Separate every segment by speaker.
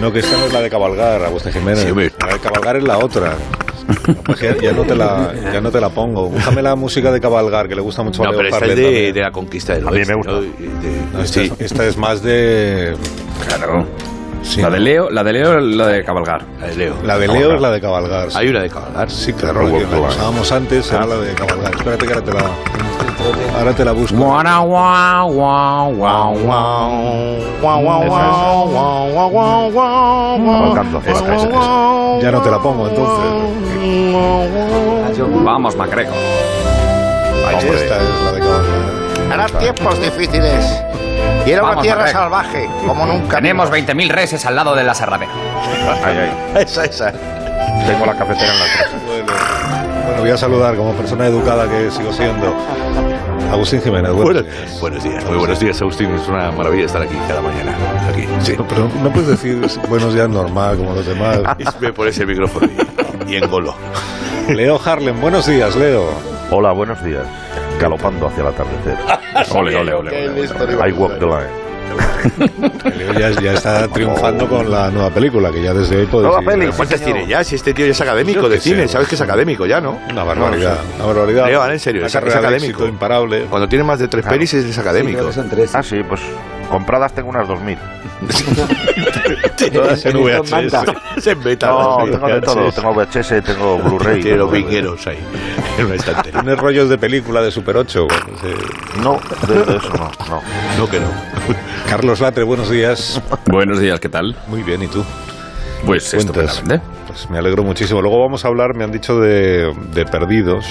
Speaker 1: no, que esta no es la de cabalgar, Agustín Jiménez.
Speaker 2: Sí, hombre.
Speaker 1: la de cabalgar es la otra. Pues ya, ya no te la, ya no te la pongo. Búscame la música de cabalgar, que le gusta mucho a
Speaker 2: No,
Speaker 1: Leo
Speaker 2: pero esta es
Speaker 1: Harlem
Speaker 2: de,
Speaker 1: también. Ah,
Speaker 2: de la conquista del
Speaker 3: A mí
Speaker 2: oeste,
Speaker 3: me gusta.
Speaker 2: ¿no? Y de-
Speaker 1: No, esta,
Speaker 2: sí.
Speaker 1: es, esta es más de...
Speaker 3: Claro.
Speaker 1: sí,
Speaker 4: La de Leo, la de Leo, la de cabalgar.
Speaker 2: la de Leo.
Speaker 1: La de Leo es la de cabalgar. sí.
Speaker 2: Hay una de cabalgar.
Speaker 1: Sí, claro, la que la usábamos antes era la de cabalgar. Espérate que ahora te la, ahora te la busco.
Speaker 4: Guana, guau, guau, guau, guau.
Speaker 3: Cabalgando. Esa, esa, esa.
Speaker 1: Ya no te la pongo, entonces.
Speaker 4: Vamos, Macreco.
Speaker 3: Hombre.
Speaker 1: Esta es la de cabalgar.
Speaker 5: Eran tiempos difíciles. Y era una
Speaker 4: Vamos,
Speaker 5: tierra
Speaker 4: Marrec.
Speaker 5: salvaje, como nunca.
Speaker 4: Tenemos 20.000 reses al lado de la serradera.
Speaker 3: Ay, ay.
Speaker 5: Esa, esa.
Speaker 3: Tengo la cafetera en la casa.
Speaker 1: Bueno, bueno, voy a saludar como persona educada que sigo siendo. Agustín Jiménez, buenos
Speaker 2: Buenos,
Speaker 1: días.
Speaker 2: buenos días, muy buenos días, Agustín. Es una maravilla estar aquí cada mañana. Aquí, sí.
Speaker 1: No, pero no puedes decir buenos días normal como los demás.
Speaker 2: Me pones el micrófono y, y engolo.
Speaker 1: Leo Harlem, buenos días, Leo.
Speaker 3: Hola, buenos días. Galopando hacia el atardecer. Ole, ole, ole. ole, ole, ole. I walk the line.
Speaker 1: Leo ya, ya está triunfando con la nueva película, que ya desde hoy podéis
Speaker 3: Nueva
Speaker 1: ir-
Speaker 3: peli.
Speaker 2: Pero ¿cuántas
Speaker 3: señor.
Speaker 2: tiene ya? Si este tío ya es académico
Speaker 1: Yo
Speaker 2: de
Speaker 1: qué sé,
Speaker 2: cine,
Speaker 1: bueno.
Speaker 2: sabes que es académico ya, ¿no?
Speaker 1: Una barbaridad, una barbaridad.
Speaker 2: Leo, ahora en serio,
Speaker 1: Una
Speaker 2: es- es
Speaker 1: carrera de
Speaker 2: académico.
Speaker 1: éxito imparable.
Speaker 2: Cuando tiene más de tres pelis es es académico.
Speaker 3: Ah, sí, pues compradas tengo unas 2000.
Speaker 1: Todas en VHS.
Speaker 2: Se meta.
Speaker 3: No, tengo de todo. Tengo VHS, tengo Blu-ray.
Speaker 2: Tiene los
Speaker 3: tengo-
Speaker 2: vingueros ahí, en una estantería.
Speaker 1: Tiene rollos de película de Super 8. bueno, sí.
Speaker 3: No, de, de eso no, no.
Speaker 2: No que no.
Speaker 1: Carlos Latre, buenos días.
Speaker 4: Buenos días, ¿qué tal?
Speaker 1: Muy bien, ¿y tú?
Speaker 4: Pues
Speaker 1: Cuentas.
Speaker 4: estupendamente.
Speaker 1: Pues me alegro muchísimo. Luego vamos a hablar, me han dicho, de, de perdidos.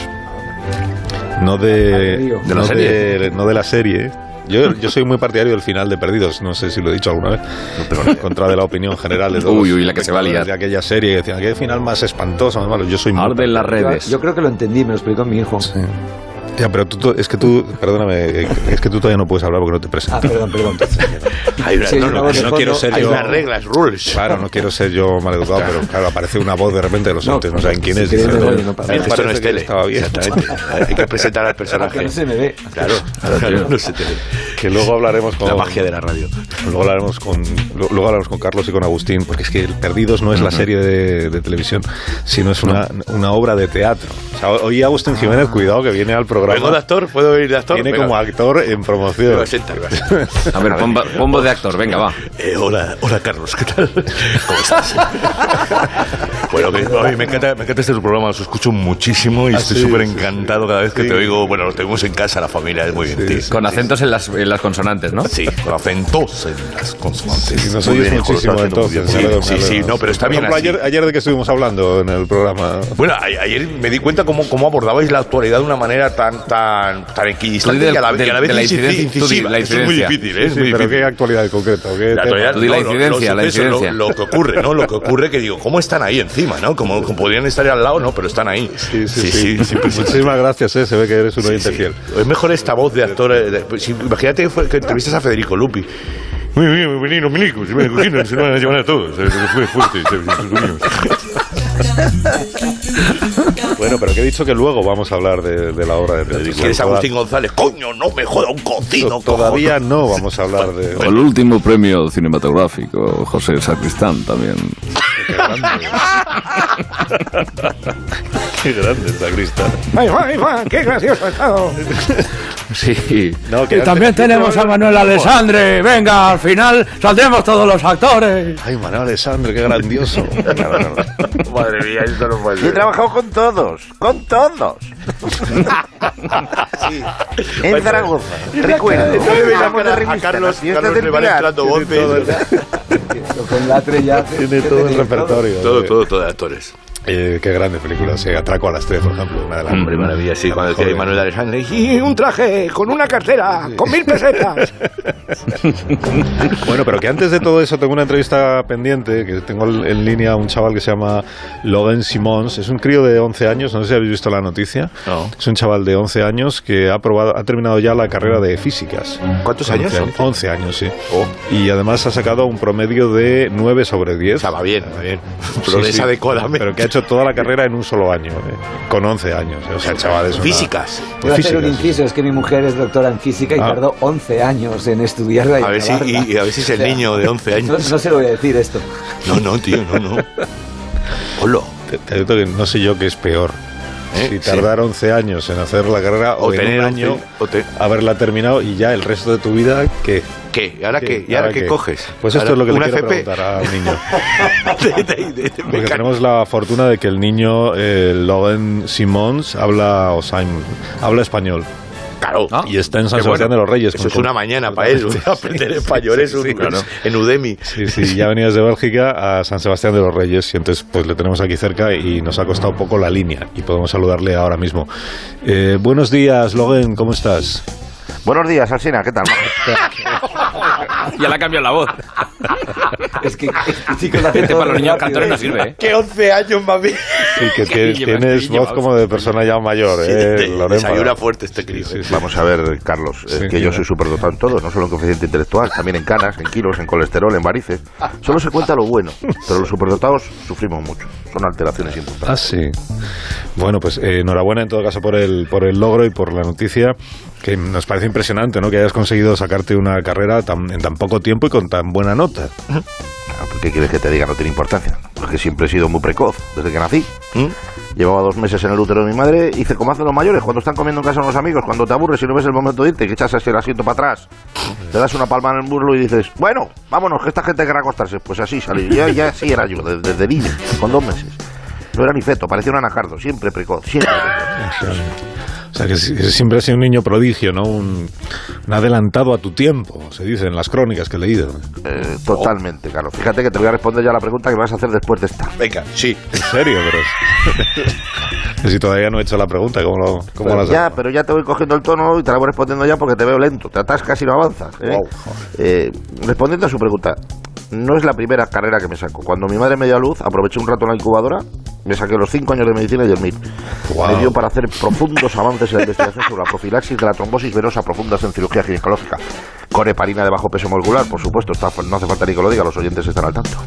Speaker 1: No de,
Speaker 2: De la
Speaker 1: no
Speaker 2: serie.
Speaker 1: de- no de la serie. Yo, yo soy muy partidario del final de Perdidos, no sé si lo he dicho alguna vez, pero en contra de la opinión general de todos
Speaker 4: Uy, uy, la que se va a liar.
Speaker 1: de aquella serie, que decían, aquel final más espantoso, más malo. Yo soy muy
Speaker 4: Arden las redes.
Speaker 6: Yo creo que lo entendí, me lo explicó mi hijo.
Speaker 1: Ya, pero tú, to- es que tú, perdóname, eh, es que tú todavía no puedes hablar porque no te
Speaker 6: Ah,
Speaker 1: presentas.
Speaker 6: perdón, perdón.
Speaker 2: Hay una-
Speaker 6: Sí,
Speaker 2: no,
Speaker 6: una
Speaker 2: no,
Speaker 6: voz de
Speaker 2: no
Speaker 6: fondo.
Speaker 2: quiero ser
Speaker 1: Hay
Speaker 2: yo.
Speaker 1: unas
Speaker 2: reglas, rules.
Speaker 1: Claro, no quiero ser yo maleducado, pero claro, aparece una voz de repente de los
Speaker 6: No,
Speaker 1: antes, no saben quién
Speaker 6: si
Speaker 1: es.
Speaker 6: queréis
Speaker 1: diciendo,
Speaker 6: me voy, no pasa
Speaker 1: "Me
Speaker 2: El gesto no
Speaker 1: parece
Speaker 2: es
Speaker 1: que
Speaker 2: tele.
Speaker 1: Estaba bien.
Speaker 2: Exactamente. Hay que presentar al personaje.
Speaker 6: Que no se me ve.
Speaker 2: Claro, claro, no se te ve.
Speaker 1: Que luego hablaremos con
Speaker 2: La magia de la radio.
Speaker 1: Luego hablaremos con lo- luego hablaremos con Carlos y con Agustín, porque es que el Perdidos no es la serie de, de televisión, sino es una, una obra de teatro. O sea, hoy Agustín Jiménez, cuidado que viene al
Speaker 2: ¿Vengo de
Speaker 1: programa.
Speaker 2: actor? ¿Puedo ir de actor?
Speaker 1: Viene
Speaker 2: Venga.
Speaker 1: como actor en
Speaker 2: Me
Speaker 1: promoción.
Speaker 2: voy a sentar, me voy a sentar.
Speaker 4: A ver, pon, pon voz de actor, venga, va.
Speaker 2: Eh, hola, hola Carlos, ¿qué tal? ¿Cómo estás? bueno, que-
Speaker 3: Oye, me encanta, me encanta este programa, os escucho muchísimo y estoy
Speaker 1: Ah, sí,
Speaker 3: súper
Speaker 1: sí,
Speaker 3: encantado cada vez que
Speaker 1: Sí.
Speaker 3: te oigo. Bueno, lo tenemos en casa, la familia, es muy bien, tío.
Speaker 4: Con acentos en las, en las consonantes, ¿no?
Speaker 3: Sí, con acentos en las consonantes.
Speaker 1: Sí, nos
Speaker 3: Muy
Speaker 1: oyes
Speaker 3: bien, hijo, lo estás haciendo
Speaker 1: muchísimo
Speaker 3: muy bien.
Speaker 1: entonces. me alegro,
Speaker 3: Sí,
Speaker 1: me
Speaker 3: sí,
Speaker 1: alegro.
Speaker 3: no, pero está
Speaker 1: Por
Speaker 3: bien
Speaker 1: ejemplo,
Speaker 3: así.
Speaker 1: Ayer, ayer de que estuvimos hablando en el programa.
Speaker 3: Bueno, a- ayer me di cuenta cómo, cómo abordabais la actualidad de una manera tan tan tan equidistante
Speaker 4: Tú di
Speaker 3: y a la,
Speaker 4: del-
Speaker 3: y a la vez
Speaker 4: de la
Speaker 3: incis-
Speaker 4: incidencia, tú di
Speaker 3: incisiva.
Speaker 4: la
Speaker 3: Eso es muy
Speaker 4: incidencia.
Speaker 3: difícil, ¿eh? es
Speaker 1: Sí,
Speaker 3: muy
Speaker 1: pero
Speaker 3: difícil.
Speaker 1: qué actualidad concreta. ¿Qué
Speaker 3: La
Speaker 1: tema?
Speaker 3: actualidad,
Speaker 4: Tú di la incidencia,
Speaker 3: sucesos,
Speaker 4: la
Speaker 3: lo-
Speaker 4: incidencia.
Speaker 3: Lo, que ocurre, ¿no? Lo que ocurre que digo, ¿cómo están ahí encima, no? Como, como podrían estar al lado, no, pero están ahí.
Speaker 1: Sí, sí, sí.
Speaker 3: siempre-
Speaker 1: Muchísimas gracias, eh, se ve que eres un oyente fiel.
Speaker 3: Es mejor esta voz de actor. eh, de- si- imagínate que, fue- que entrevistas a Federico Lupi. Muy bien, venido, milicos, se me cogieron, se me van a llevar a todos. eh, Fue fuerte, se- se- se- se-
Speaker 1: Bueno, pero que he dicho que luego vvamos a hablar de, de la obra de Federico.
Speaker 3: Si eres Agustín González, coño, no me joda un cocino.
Speaker 1: Todavía no vamos a hablar de...
Speaker 7: El último premio cinematográfico, José Sacristán también.
Speaker 1: Qué grande está Cristal.
Speaker 7: Sí.
Speaker 1: No, que antes-
Speaker 4: tenemos a Manuel Alessandre. Venga, al final saldremos todos los actores.
Speaker 1: Ay, Manuel Alessandro, qué grandioso.
Speaker 3: Madre mía, esto no puede
Speaker 5: Yo he trabajado con todos, con todos. En Zaragoza, recuerdo. Estamos de
Speaker 3: A
Speaker 5: revista,
Speaker 3: Carlos,
Speaker 5: las fiestas
Speaker 3: Carlos
Speaker 5: del
Speaker 3: le van
Speaker 5: Pilar.
Speaker 3: entrando voces.
Speaker 6: Con Latre ya.
Speaker 1: Tiene todo el repertorio.
Speaker 3: Todo,
Speaker 1: Eh,
Speaker 3: todo, todo de actores.
Speaker 1: eh, qué grande película. Sí, Atraco a las tres, por ejemplo. Una de las
Speaker 3: Hombre, maravilla, sí,
Speaker 1: la
Speaker 3: cuando
Speaker 1: mejor
Speaker 3: decía
Speaker 1: de-
Speaker 3: Manuel Alejandro. Y un traje con una cartera, con mil pesetas.
Speaker 1: Bueno, pero que antes de todo eso tengo una entrevista pendiente, que tengo en línea a un chaval que se llama Logan Simons. Es un crío de 11 años, no sé si habéis visto la noticia.
Speaker 2: No.
Speaker 1: Es un chaval de 11 años que ha, probado, ha terminado ya la carrera de físicas.
Speaker 3: ¿Cuántos años?
Speaker 1: 11, 11 años, sí.
Speaker 3: Oh.
Speaker 1: Y además ha sacado un promedio de 9 sobre
Speaker 3: O
Speaker 1: 10.
Speaker 3: sea, va bien, va bien.
Speaker 1: Sí,
Speaker 3: Progresa
Speaker 1: sí.
Speaker 3: adecuadamente.
Speaker 1: Pero que ha hecho toda la carrera en un solo año, ¿eh? con 11 años. eh. O sea, chavales. una-
Speaker 2: Físicas.
Speaker 6: Puedo hacer un
Speaker 1: Físicas, sí.
Speaker 6: inciso, es que mi mujer es doctora en física y
Speaker 1: Ah.
Speaker 6: tardó 11 años en estudiarla y
Speaker 2: A ver si,
Speaker 6: acabarla.
Speaker 2: y, y a ver si es el
Speaker 6: O sea,
Speaker 2: niño de 11
Speaker 6: No,
Speaker 2: años.
Speaker 6: no se lo voy a decir esto.
Speaker 2: No, no, tío, no, no. Olo.
Speaker 1: Te- te advierto que no sé yo qué es peor.
Speaker 2: ¿Eh?
Speaker 1: Si tardar 11 años en hacer la carrera o,
Speaker 2: O
Speaker 1: en
Speaker 2: tener
Speaker 1: un
Speaker 2: 11
Speaker 1: año
Speaker 2: o te-
Speaker 1: haberla terminado y ya el resto de tu vida que...
Speaker 2: ¿Qué? ¿Y ahora qué? ¿Y ahora qué coges?
Speaker 1: Pues esto
Speaker 2: Ahora,
Speaker 1: es lo que le
Speaker 2: una
Speaker 1: quiero
Speaker 2: FP.
Speaker 1: preguntar al niño.
Speaker 2: De- de- de- de- me
Speaker 1: Porque
Speaker 2: encanta.
Speaker 1: tenemos la fortuna de que el niño eh, Logan Simons habla, o Simon, habla español.
Speaker 2: Claro.
Speaker 7: Ah.
Speaker 1: Y está en San
Speaker 2: Qué
Speaker 1: Sebastián
Speaker 2: bueno.
Speaker 1: de los Reyes. Este,
Speaker 2: Eso
Speaker 1: con-
Speaker 2: es una mañana para él. Aprender español es un- en Udemy.
Speaker 1: Sí, sí, ya venías de Bélgica a San Sebastián de los Reyes y entonces pues le tenemos aquí cerca y nos ha costado poco la línea y podemos saludarle ahora mismo. Eh, buenos días, Logan, ¿cómo estás?
Speaker 5: Buenos días, Alsina, ¿qué tal?
Speaker 7: Ya la cambiado la voz.
Speaker 6: Es que este chico lo hace
Speaker 7: Este
Speaker 6: todo
Speaker 7: para los
Speaker 6: muy
Speaker 7: niños
Speaker 6: rápido,
Speaker 7: cantores no
Speaker 6: ¿eh?
Speaker 7: sirve, ¿eh?
Speaker 2: ¿Qué 11 años, mami?
Speaker 1: Pues, Sí, que tienes,
Speaker 7: llevas,
Speaker 1: tienes
Speaker 7: qué
Speaker 1: voz
Speaker 7: llevas.
Speaker 1: como de persona ya mayor, eh, Lorenzo.
Speaker 2: Desayuna fuerte este crío.
Speaker 1: Sí, sí, sí.
Speaker 5: Vamos a ver, Carlos, es
Speaker 1: Sí,
Speaker 5: que yo
Speaker 1: mira.
Speaker 5: soy superdotado en todo, no solo en coeficiente intelectual, también en canas, en kilos, en colesterol, en varices. Solo se cuenta lo bueno, pero los superdotados sufrimos mucho. Son alteraciones importantes.
Speaker 1: Ah, sí. Bueno, pues eh, enhorabuena en todo caso por el, por el logro y por la noticia, que nos parece impresionante, ¿no? Que hayas conseguido sacarte una carrera tan- en tan poco tiempo y con tan buena nota.
Speaker 5: Ah, pues, ¿Qué quieres que te diga? No tiene importancia. Porque siempre he sido muy precoz, desde que nací.
Speaker 2: ¿Mm?
Speaker 5: Llevaba dos meses en el útero de mi madre, hice como hacen los mayores, cuando están comiendo en casa con los amigos, cuando te aburres y no ves el momento de irte, que echas así el asiento para atrás, te das una palma en el burlo y dices, bueno, vámonos, que esta gente querrá acostarse. Pues así salí, ya, ya así era yo, de- desde, niño, con dos meses. No era ni feto, parecía un anacardo, siempre precoz, siempre precoz.
Speaker 1: O sea, que si- siempre has sido un niño prodigio, ¿no? Un, un adelantado a tu tiempo, se dice en las crónicas que he leído.
Speaker 5: Eh, totalmente, Carlos. Fíjate que te voy a responder ya la pregunta que me vas a hacer después de esta.
Speaker 2: Venga, sí.
Speaker 1: En serio, pero... es- si todavía no he hecho la pregunta, ¿cómo, lo, cómo la
Speaker 5: Pero
Speaker 1: has
Speaker 5: ya, pero ya te voy cogiendo el tono y te la voy respondiendo ya porque te veo lento, te atascas y no avanzas. ¿eh? Eh, respondiendo a su pregunta, no es la primera carrera que me saco. Cuando mi madre me dio a luz, aproveché un rato en la incubadora, me saqué los 5 años de medicina y el MIR.
Speaker 1: Guau.
Speaker 5: Me dio para hacer profundos avances en la investigación sobre la profilaxis de la trombosis venosa profunda en cirugía ginecológica. Con heparina de bajo peso molecular, por supuesto, está- no hace falta ni que lo diga, los oyentes están al tanto.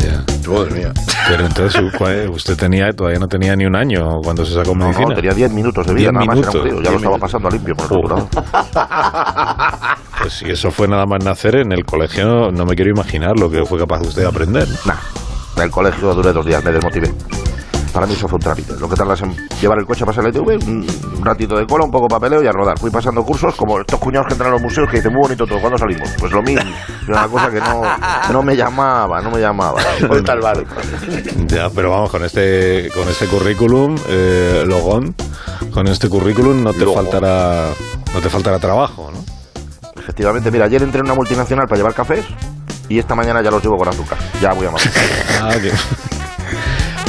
Speaker 1: Ya.
Speaker 2: Madre mía.
Speaker 1: Pero entonces ¿cuál- usted tenía, todavía no tenía ni un año cuando se sacó
Speaker 5: No,
Speaker 1: medicina.
Speaker 5: no, tenía 10 minutos de vida,
Speaker 1: 10
Speaker 5: nada más, era un
Speaker 1: minutos,
Speaker 5: crío, ya lo
Speaker 1: 10
Speaker 5: estaba
Speaker 1: minutos.
Speaker 5: pasando limpio por el
Speaker 1: Joder.
Speaker 5: doctorado.
Speaker 1: Pues si eso fue nada más nacer en el colegio, no, no me quiero imaginar lo que fue capaz usted de aprender.
Speaker 5: Nah, en el colegio duré dos días, me desmotivé. Para mí eso fue un trámite. Lo que tardas en llevar el coche a pasar la ITV, un un ratito de cola, un poco de papeleo y a rodar. Fui pasando cursos como estos cuñados que entran a los museos que dicen muy bonito todo, ¿cuándo salimos? Pues lo mismo. Es una cosa que no, no me llamaba, no me llamaba.
Speaker 1: Pues
Speaker 2: Vuelta al bar.
Speaker 1: Ya, pero vamos, con este, con este currículum, eh, Logón, con este currículum no te
Speaker 2: Logón.
Speaker 1: faltará no te faltará trabajo, ¿no?
Speaker 5: Efectivamente, mira, ayer entré en una multinacional para llevar cafés y esta mañana ya los llevo con azúcar. Ya voy a matar.
Speaker 1: Ah, qué-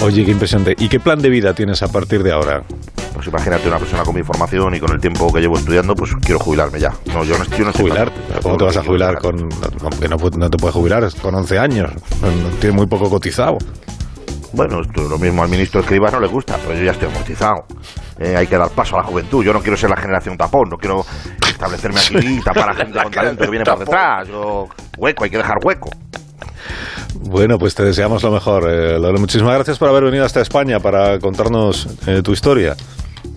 Speaker 1: Oye, qué impresionante. ¿Y qué plan de vida tienes a partir de ahora?
Speaker 5: Pues imagínate una persona con mi formación y con el tiempo que llevo estudiando, pues quiero jubilarme ya. No, yo no, yo no estoy
Speaker 1: ¿Jubilar? ¿Cómo te vas a jubilar con...? no, que no, pu- no te puedes jubilar es con 11 años. No- no- Tienes muy poco cotizado.
Speaker 5: Bueno, esto es lo mismo al ministro Escribá no le gusta, pero yo ya estoy amortizado. Eh, hay que dar paso a la juventud. Yo no quiero ser la generación tapón, no quiero establecerme aquí y tapar a gente con talento que viene por detrás. Yo, hueco, hay que dejar hueco.
Speaker 1: Bueno, pues te deseamos lo mejor. eh, Lola. muchísimas gracias por haber venido hasta España para contarnos eh, tu historia.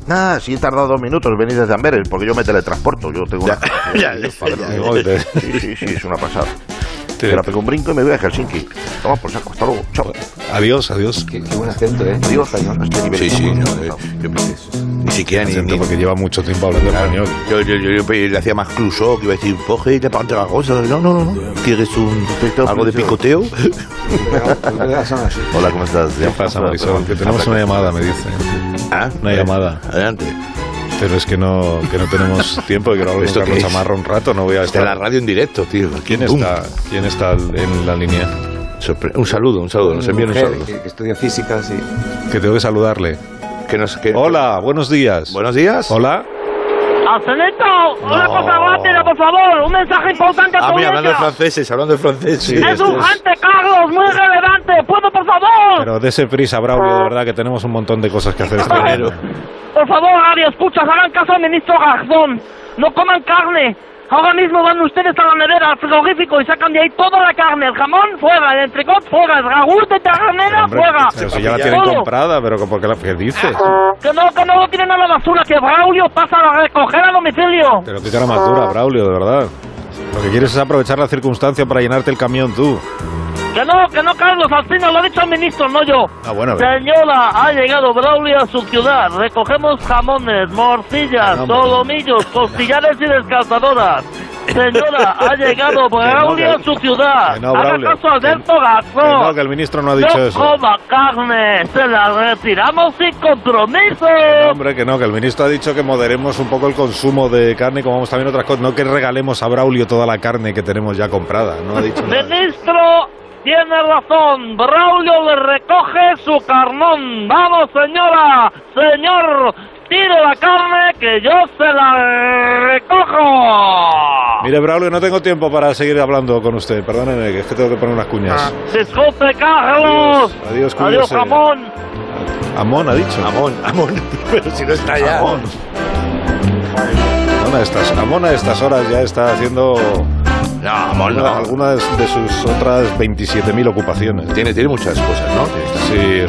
Speaker 5: Nada, si he tardado dos minutos en venir desde Amberes, porque yo me teletransporto. Yo tengo una.
Speaker 2: Ya, ya,
Speaker 5: Para
Speaker 2: ya.
Speaker 5: mí.
Speaker 1: Digo, que te-
Speaker 5: Sí, sí, sí, es una pasada.
Speaker 1: te-
Speaker 5: Me la pego un brinco y me voy a Helsinki. Toma por saco, hasta luego. Chao.
Speaker 1: adiós, adiós.
Speaker 6: Qué, qué buen acento, ¿eh?
Speaker 5: Adiós, adiós. a este nivel
Speaker 2: Sí, sí.
Speaker 5: estamos,
Speaker 2: no,
Speaker 5: ¿no?
Speaker 2: eh, yo me- Ni siquiera ni...
Speaker 1: Siento
Speaker 2: ni-
Speaker 1: porque lleva mucho tiempo hablando español.
Speaker 2: Yo, yo, yo, yo le hacía más cluso, que iba a decir, coge y te ponte la cosa. No, no, no, no. ¿Quieres un, algo de picoteo?
Speaker 6: Las colegas son así.
Speaker 5: Hola, ¿cómo estás?
Speaker 1: ¿Qué pasa, Marisol? Que tenemos una llamada, me dice.
Speaker 2: Ah,
Speaker 1: Una llamada.
Speaker 2: Adelante.
Speaker 1: Pero es que no, que no tenemos tiempo y que no hablo con
Speaker 2: ¿Esto qué
Speaker 1: Carlos
Speaker 2: es?
Speaker 1: Amarro un rato. No voy a
Speaker 2: Está en la
Speaker 1: estar.
Speaker 2: radio en directo, tío.
Speaker 1: ¿Quién
Speaker 2: Pum.
Speaker 1: está, ¿Quién está en la línea?
Speaker 2: Sorpre- un saludo, un saludo. Nos
Speaker 6: Mi
Speaker 2: envían un
Speaker 6: mujer,
Speaker 2: saludo.
Speaker 6: que, que estudia física, sí.
Speaker 1: Que tengo que saludarle.
Speaker 2: Que nos, que-
Speaker 1: Hola, buenos días.
Speaker 2: Buenos días.
Speaker 1: Hola.
Speaker 8: Arsenito, una cosa rápida, por favor. Un mensaje importante a
Speaker 2: Ah,
Speaker 8: tu
Speaker 2: mira, hablando de
Speaker 8: audiencia.
Speaker 2: franceses, hablando de francés. Sí,
Speaker 8: Es
Speaker 2: esto
Speaker 1: este.
Speaker 2: es-
Speaker 8: urgente, Carlos, muy relevante. ¿Puedo, por favor?
Speaker 1: Pero dése prisa, Braulio, de verdad que tenemos un montón de cosas que hacer este esta
Speaker 2: Pero-
Speaker 1: mañana.
Speaker 8: Por favor, radio, escuchas, hagan caso al ministro Garzón. No coman carne. Ahora mismo van ustedes a la nevera, al frigorífico y sacan de ahí toda la carne. El jamón fuera, el entrecot fuera, el ragú de ternera
Speaker 1: Hombre,
Speaker 8: fuera.
Speaker 1: pero si ya la tienen
Speaker 8: Todo.
Speaker 1: comprada, pero ¿por qué la que dices?
Speaker 8: Que no, que no lo tienen a la basura, que Braulio pasa a recoger a domicilio.
Speaker 1: Pero qué cara más dura, Braulio, de verdad. Lo que quieres es aprovechar la circunstancia para llenarte el camión tú.
Speaker 8: Que no, que no, Carlos, al final lo ha dicho el ministro, no yo.
Speaker 1: Ah, bueno, a ver.
Speaker 8: Señora, ha llegado Braulio a su ciudad. Recogemos jamones, morcillas,
Speaker 1: Ah, hombre.
Speaker 8: solomillos, costillares y descalzadoras. Señora, ha llegado Braulio a
Speaker 1: que-
Speaker 8: su ciudad.
Speaker 1: que no,
Speaker 8: Haga
Speaker 1: Braulio,
Speaker 8: caso a
Speaker 1: que-
Speaker 8: Alberto
Speaker 1: Que
Speaker 8: Garzón.
Speaker 1: no, que el ministro no ha dicho
Speaker 8: no
Speaker 1: eso.
Speaker 8: coma carne, se la retiramos sin compromiso.
Speaker 1: No, hombre, que no, que el ministro ha dicho que moderemos un poco el consumo de carne, como vamos también otras cosas. No que regalemos a Braulio toda la carne que tenemos ya comprada. No ha dicho nada. de eso.
Speaker 8: Ministro, tiene razón. Braulio le recoge su carnón. Vamos, señora, señor, tire la carne que yo se la recojo.
Speaker 1: Mire, Braulio, no tengo tiempo para seguir hablando con usted. Perdóneme, que es que tengo que poner unas cuñas.
Speaker 8: Disculpe, Carlos. Adiós,
Speaker 1: Adiós, adiós, cuídese.
Speaker 8: jamón.
Speaker 1: Amón ha dicho.
Speaker 2: Amón, amón. Pero si no está ya.
Speaker 1: Amón. Amón a estas, Amón a estas horas ya está haciendo
Speaker 2: No, amón
Speaker 1: algunas
Speaker 2: no.
Speaker 1: de sus otras 27.000 ocupaciones.
Speaker 2: Tiene, tiene muchas cosas, ¿no? Tiene esta-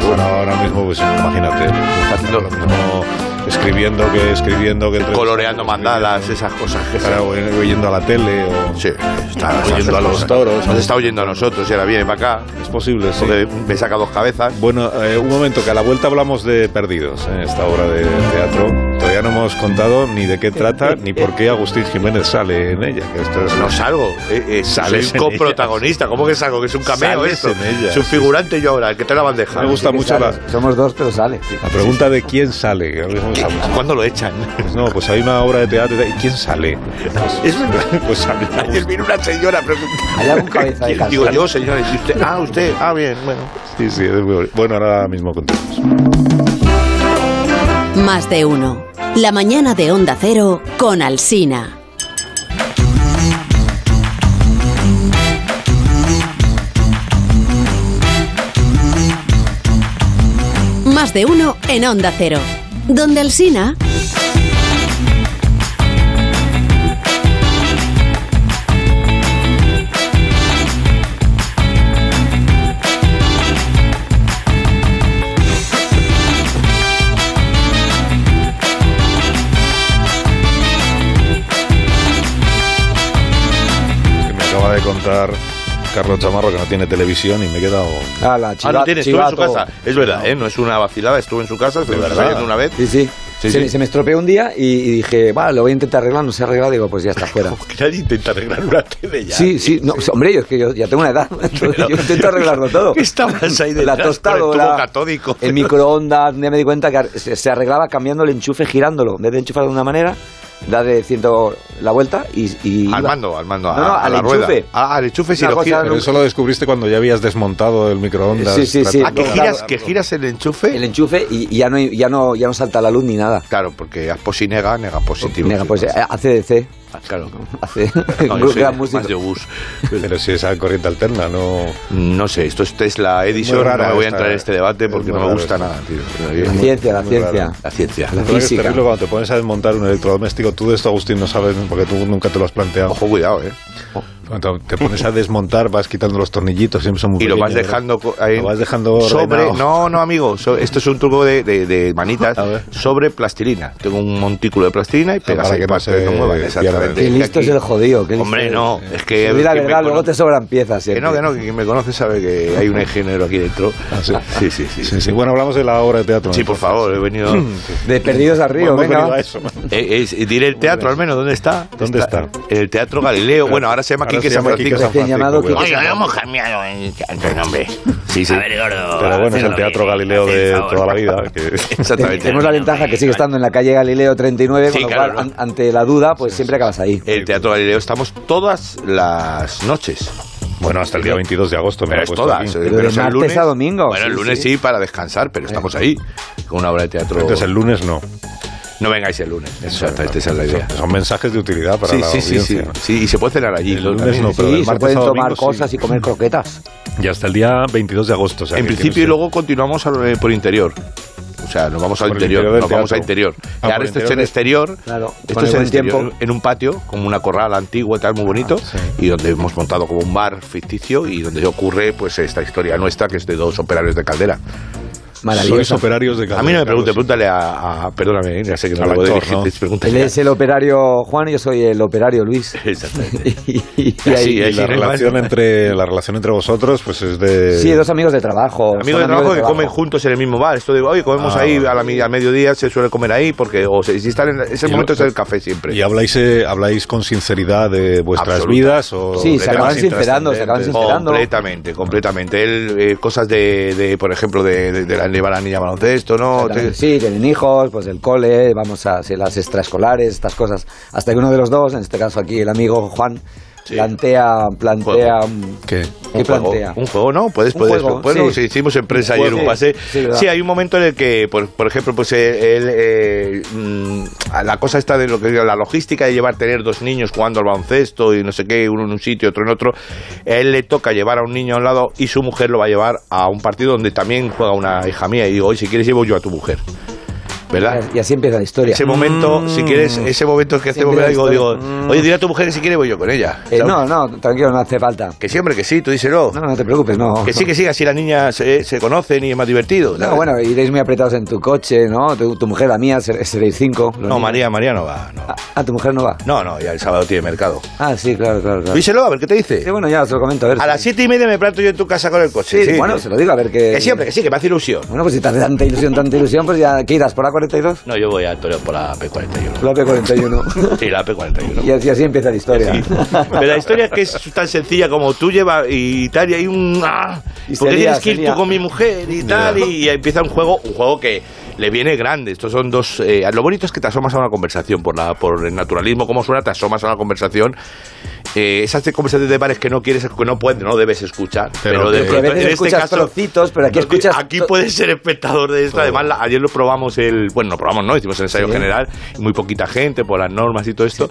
Speaker 1: Sí, bueno, ahora mismo, pues imagínate, está haciendo lo mismo escribiendo que escribiendo que...
Speaker 2: Coloreando mandalas, esas cosas que
Speaker 1: Para, oyendo a la tele o...
Speaker 2: Sí, está
Speaker 1: Oyendo a los toros.
Speaker 2: Nos está oyendo a nosotros y ahora viene para acá.
Speaker 1: Es posible, sí.
Speaker 2: Porque me saca dos cabezas.
Speaker 1: Bueno, eh, un momento, que a la vuelta hablamos de Perdidos, en esta obra de teatro. Todavía no hemos contado ni de qué trata, ni por qué Agustín Jiménez sale en ella. Que esto es
Speaker 2: No salgo, eh, eh,
Speaker 1: Sales
Speaker 2: soy
Speaker 1: en
Speaker 2: coprotagonista. ¿Cómo que salgo? Que es un cameo
Speaker 1: Sales
Speaker 2: esto.
Speaker 1: en ellas,
Speaker 2: Es un
Speaker 1: sí.
Speaker 2: figurante yo ahora, el que te la bandeja.
Speaker 1: Me gusta
Speaker 6: que
Speaker 1: mucho la,
Speaker 6: sale. Somos dos, pero sale. sí.
Speaker 1: la pregunta de quién sale. que ahora mismo está mucho.
Speaker 2: ¿Cuándo lo echan?
Speaker 1: Pues no, pues hay una obra de teatro y quién sale. Pues,
Speaker 2: Es verdad.
Speaker 1: pues sale.
Speaker 2: Ayer vino una señora a preguntar.
Speaker 6: Hay algún cabeza de
Speaker 2: Digo
Speaker 6: cartón.
Speaker 2: yo, señores. ¿y usted? Ah, usted. Ah, bien, bueno.
Speaker 1: Sí, sí, es muy bonito. Bueno, ahora mismo contamos.
Speaker 9: Más de uno. La mañana de Onda Cero con Alsina. Más de uno en Onda Cero. Donde Alsina.
Speaker 1: Es que me acaba de contar Carlos Chamarro que no tiene televisión y me he quedado.
Speaker 6: Ah, la
Speaker 2: Ah, no
Speaker 6: chiva-
Speaker 2: tiene, estuvo en su
Speaker 6: chivato.
Speaker 2: casa. Es verdad, ¿eh? No es una vacilada, estuvo en su casa, estuvo
Speaker 1: verdad.
Speaker 2: ensayando una vez.
Speaker 6: Sí, sí.
Speaker 2: Sí,
Speaker 6: se,
Speaker 2: sí.
Speaker 6: me- se me estropeó un día y, y dije, bueno, lo voy a intentar arreglar, no se arregla, digo, pues ya está fuera.
Speaker 2: Porque nadie intenta arreglar una tele ya.
Speaker 6: Sí, sí, no, hombre, yo es que yo ya tengo una edad, entonces yo intento arreglarlo todo.
Speaker 2: ¿Qué estabas ahí
Speaker 6: La
Speaker 2: detrás con el tubo
Speaker 6: tostadora,
Speaker 2: catódico?
Speaker 6: el microondas, un día me di cuenta que ar- se, se arreglaba cambiando el enchufe, girándolo. En vez de enchufar de una manera, darle ciento la vuelta y... y iba.
Speaker 2: Al mando, al mando, a,
Speaker 6: No, no,
Speaker 2: a
Speaker 6: al
Speaker 2: la rueda.
Speaker 6: enchufe.
Speaker 2: Ah, al enchufe sí
Speaker 6: Una
Speaker 2: lo
Speaker 6: cosa
Speaker 2: giras.
Speaker 1: Pero eso lo descubriste cuando ya habías desmontado el microondas.
Speaker 6: Sí, sí, sí.
Speaker 2: Ah, que
Speaker 6: Claro,
Speaker 2: giras,
Speaker 6: claro.
Speaker 2: que giras el enchufe.
Speaker 6: El enchufe y, y ya, no, hay- ya, no, ya no salta la luz ni nada.
Speaker 2: Claro, porque Asposi nega, nega positivo.
Speaker 6: Venga, pues eh, ACDC.
Speaker 2: Claro.
Speaker 6: hace-
Speaker 2: No,
Speaker 6: gran
Speaker 2: yo soy
Speaker 6: músico.
Speaker 2: más de bus.
Speaker 1: Pero si esa corriente alterna, no.
Speaker 2: No sé, esto es Tesla Edison.
Speaker 1: Muy rara
Speaker 2: No me voy a
Speaker 1: esta-
Speaker 2: entrar en este debate
Speaker 1: es
Speaker 2: porque
Speaker 1: muy
Speaker 2: no me
Speaker 1: rara
Speaker 2: gusta
Speaker 1: esta.
Speaker 2: nada, tío.
Speaker 6: La ciencia, la
Speaker 1: Muy raro.
Speaker 6: ciencia.
Speaker 2: La ciencia.
Speaker 6: La
Speaker 1: La verdad que Es
Speaker 6: física.
Speaker 1: terrible cuando te pones a desmontar un electrodoméstico. Tú de esto, Agustín, no sabes porque tú nunca te lo has planteado.
Speaker 2: Ojo, cuidado, ¿eh?
Speaker 1: Cuando te pones a desmontar, vas quitando los tornillitos, siempre son muy
Speaker 2: Y lo vas
Speaker 1: pequeños,
Speaker 2: dejando co-
Speaker 1: ¿verdad?
Speaker 2: ahí.
Speaker 1: Lo vas dejando
Speaker 2: sobre.
Speaker 1: ordenado.
Speaker 2: No, no, amigo. so- esto es un truco de, de- de manitas.
Speaker 1: A ver. Ah,
Speaker 2: Sobre plastilina. Tengo un montículo de plastilina y pegas
Speaker 1: para
Speaker 2: ahí
Speaker 1: que no
Speaker 2: para
Speaker 1: se
Speaker 2: que no muevan.
Speaker 1: pierda.
Speaker 2: Exactamente.
Speaker 1: Qué
Speaker 6: Qué
Speaker 2: Es que
Speaker 6: listo es
Speaker 2: aquí-
Speaker 6: el jodido. qué listo
Speaker 2: Hombre,
Speaker 6: es.
Speaker 2: no. Es que.
Speaker 6: Di la
Speaker 2: quien me
Speaker 6: verdad, luego
Speaker 2: conoce-
Speaker 6: te sobran piezas. eh,
Speaker 2: Que no,
Speaker 6: siempre.
Speaker 2: que no, que quien me conoce sabe que hay un ingeniero aquí dentro.
Speaker 1: Ah, sí.
Speaker 2: Sí, sí, sí.
Speaker 1: Sí, sí. Bueno, hablamos de la obra de teatro.
Speaker 2: Sí, por favor, he venido.
Speaker 6: De perdidos al río,
Speaker 1: Hemos
Speaker 6: venga.
Speaker 1: venido a
Speaker 6: va.
Speaker 1: eso.
Speaker 2: Eh, eh, diré el teatro al menos, ¿dónde está?
Speaker 1: ¿Dónde está?
Speaker 2: En el Teatro Galileo. Bueno, ahora se llama
Speaker 1: Ahora
Speaker 2: Quique
Speaker 1: se
Speaker 2: San
Speaker 1: llama Este Quique
Speaker 2: Francisco.
Speaker 1: San
Speaker 6: Recién llamado
Speaker 1: Francisco, pues.
Speaker 6: Quique
Speaker 10: Oiga,
Speaker 1: bueno.
Speaker 10: lo hemos cambiado en el nombre.
Speaker 2: Sí, sí.
Speaker 10: A ver, gordo.
Speaker 1: Pero bueno, es el
Speaker 10: hacedlo
Speaker 1: Teatro
Speaker 10: bien,
Speaker 1: Galileo
Speaker 10: haced el
Speaker 1: de
Speaker 10: favor.
Speaker 1: toda la vida. que-
Speaker 2: Exactamente.
Speaker 6: Tenemos la ventaja que sigue estando en la calle Galileo 39,
Speaker 2: Sí,
Speaker 6: con lo
Speaker 2: claro, Eh,
Speaker 6: cual,
Speaker 2: ¿no?
Speaker 6: an- ante la duda, pues siempre acabas ahí.
Speaker 2: El Teatro Galileo estamos todas las noches.
Speaker 1: Bueno, hasta el día 22 de agosto me
Speaker 2: Pero
Speaker 1: lo he
Speaker 2: es
Speaker 1: puesto
Speaker 2: todas.
Speaker 1: aquí.
Speaker 2: eh,
Speaker 6: Pero de
Speaker 2: es el
Speaker 6: martes a domingo,
Speaker 2: Bueno, el
Speaker 6: sí,
Speaker 2: lunes sí.
Speaker 6: sí.
Speaker 2: para descansar, pero estamos ahí con una obra de teatro.
Speaker 1: Entonces Este el lunes no.
Speaker 2: No vengáis el lunes. Exactamente, esa es la idea.
Speaker 1: Son, son mensajes de utilidad para
Speaker 2: Sí,
Speaker 1: la
Speaker 2: sí, sí,
Speaker 1: audiencia.
Speaker 2: sí, Sí, Y se puede cenar allí.
Speaker 1: El
Speaker 2: ¿no?
Speaker 1: lunes
Speaker 2: También.
Speaker 1: no, pero del
Speaker 6: Sí, se
Speaker 1: martes
Speaker 6: pueden
Speaker 1: a domingo,
Speaker 6: tomar
Speaker 1: sí.
Speaker 6: cosas y comer croquetas.
Speaker 1: Y hasta el día 22 de agosto. o sea,
Speaker 2: En
Speaker 1: que
Speaker 2: principio y
Speaker 1: tienes-
Speaker 2: luego continuamos al- eh, por interior. O O sea, nos vamos al
Speaker 1: Por el
Speaker 2: interior,
Speaker 1: interior del
Speaker 2: nos vamos
Speaker 1: teatro.
Speaker 2: al interior.
Speaker 1: Ah,
Speaker 2: y ahora
Speaker 1: por el
Speaker 2: esto es
Speaker 1: interior
Speaker 2: en
Speaker 1: de-
Speaker 2: exterior,
Speaker 6: Claro.
Speaker 2: esto
Speaker 6: Con el
Speaker 2: es en
Speaker 6: buen
Speaker 2: exterior,
Speaker 6: tiempo.
Speaker 2: en un patio, como una corral antigua y tal, muy bonito,
Speaker 1: Ah,
Speaker 2: y donde hemos montado como un bar ficticio y donde ocurre pues esta historia nuestra, que es de dos operarios de caldera.
Speaker 1: Sois operarios de pues.
Speaker 2: A mí no me pregunte, pregúntale a, a- pregúntame, ya sé que no
Speaker 1: Al
Speaker 2: lo
Speaker 1: actor,
Speaker 2: dirigir,
Speaker 1: ¿no?
Speaker 2: pregúntale
Speaker 6: Él
Speaker 2: a-
Speaker 6: es el operario Juan y yo soy el operario Luis.
Speaker 2: Exactamente.
Speaker 6: y, y
Speaker 1: Y
Speaker 6: ahí-
Speaker 1: ahí- y la relación entre la relación entre vosotros pues es de
Speaker 6: Sí, dos amigos de trabajo. son
Speaker 2: Amigos de trabajo que comen juntos en el mismo bar. Esto digo, oye, comemos
Speaker 1: Ah,
Speaker 2: ahí a la, mi- al mediodía, se suele comer ahí, porque o se, si están en, ese
Speaker 1: Y
Speaker 2: momento
Speaker 1: lo-
Speaker 2: es el café siempre.
Speaker 1: y habláis eh, habláis con sinceridad de vuestras
Speaker 2: Absoluta.
Speaker 1: vidas o
Speaker 6: Sí, se
Speaker 1: de
Speaker 6: acaban
Speaker 1: temas
Speaker 6: sincerando, se acaban
Speaker 1: intrascendentes?
Speaker 6: sincerando.
Speaker 2: Completamente, completamente. Él, eh, cosas de, de, por ejemplo, de, de, de la llevar a la niña a baloncesto, ¿no?
Speaker 6: Exactamente. Sí, tienen hijos, pues el cole, vamos a sí, las extraescolares, estas cosas. Hasta que uno de los dos, en este caso aquí el amigo Juan, plantea, plantea, mm,
Speaker 1: ¿Qué?
Speaker 6: ¿qué
Speaker 2: un juego,
Speaker 6: plantea?
Speaker 2: un juego, ¿no? Puedes,
Speaker 6: Un
Speaker 2: puedes.
Speaker 6: juego,
Speaker 2: bueno,
Speaker 6: sí.
Speaker 2: si hicimos en prensa
Speaker 6: Un
Speaker 2: ayer
Speaker 6: juego.
Speaker 2: un pase.
Speaker 6: Sí,
Speaker 2: Sí,
Speaker 6: verdad.
Speaker 2: hay un momento en el que, por, por ejemplo, pues eh, él, eh, mm, a la cosa está de lo que digo, la logística de llevar, tener dos niños jugando al baloncesto y no sé qué, uno en un sitio, otro en otro. A él le toca llevar a un niño a un lado y su mujer lo va a llevar a un partido donde también juega una hija mía. Y digo, hoy si quieres llevo yo a tu mujer. ¿Verdad?
Speaker 6: Y así empieza la historia. Mm.
Speaker 2: Ese momento, si quieres, ese momento es que hacemos,
Speaker 6: Siempre la
Speaker 2: digo, digo,
Speaker 6: historia. Mm.
Speaker 2: oye, dile a tu mujer que si quiere voy yo con ella.
Speaker 6: Eh,
Speaker 2: ¿sabes?
Speaker 6: no, no, tranquilo, no hace falta.
Speaker 2: Que siempre que sí, tú díselo.
Speaker 6: No, no te preocupes, no.
Speaker 2: Que sí, que sí, así las niñas se, se conocen y es más divertido.
Speaker 6: No,
Speaker 2: ¿sabes?
Speaker 6: bueno, iréis muy apretados en tu coche, ¿no? Tu, tu mujer, la mía, ser- seréis cinco.
Speaker 2: No, María, María no va. No.
Speaker 6: Ah, ah, tu mujer no va.
Speaker 2: no, no, ya el sábado tiene mercado.
Speaker 6: Ah, sí, claro, claro, claro.
Speaker 2: Díselo, a ver qué te dice.
Speaker 6: Sí, bueno, ya os lo comento, a ver.
Speaker 2: A las siete y media me planto yo en tu casa con el coche.
Speaker 6: Sí, bueno, se lo digo, a ver que...
Speaker 2: Que siempre, que sí, que me hace ilusión.
Speaker 6: Bueno, pues si te hace tanta ilusión, tanta ilusión, pues ya, ¿qué irás? ¿Por la 42?
Speaker 2: No, yo voy a Toreo por la P41.
Speaker 6: La P41.
Speaker 2: Sí, la P41.
Speaker 6: y así, así empieza la historia.
Speaker 2: Pero la historia es que es tan sencilla como tú llevas y tal, y hay un... ah,
Speaker 6: Y
Speaker 2: porque
Speaker 6: sería,
Speaker 2: tienes que ir
Speaker 6: sería.
Speaker 2: tú con mi mujer y tal, y, empieza un juego, un juego que le viene grande. Estos son dos... eh, lo bonito es que te asomas a una conversación, por, la, por el naturalismo como suena, te asomas a una conversación. Eh, esas de conversaciones de bares que no quieres, que no puedes, no debes escuchar.
Speaker 1: Pero
Speaker 2: Pero, de
Speaker 1: que-
Speaker 6: Que a
Speaker 2: pronto,
Speaker 6: veces
Speaker 2: en este
Speaker 6: escuchas
Speaker 2: caso,
Speaker 6: trocitos, pero aquí
Speaker 2: no, tío,
Speaker 6: escuchas...
Speaker 2: Aquí
Speaker 6: to-
Speaker 2: puedes ser espectador de esto. Además, la- ayer lo probamos el. Bueno, no probamos, ¿no? Hicimos el ensayo
Speaker 6: Sí.
Speaker 2: general. Muy poquita gente por las normas y todo esto.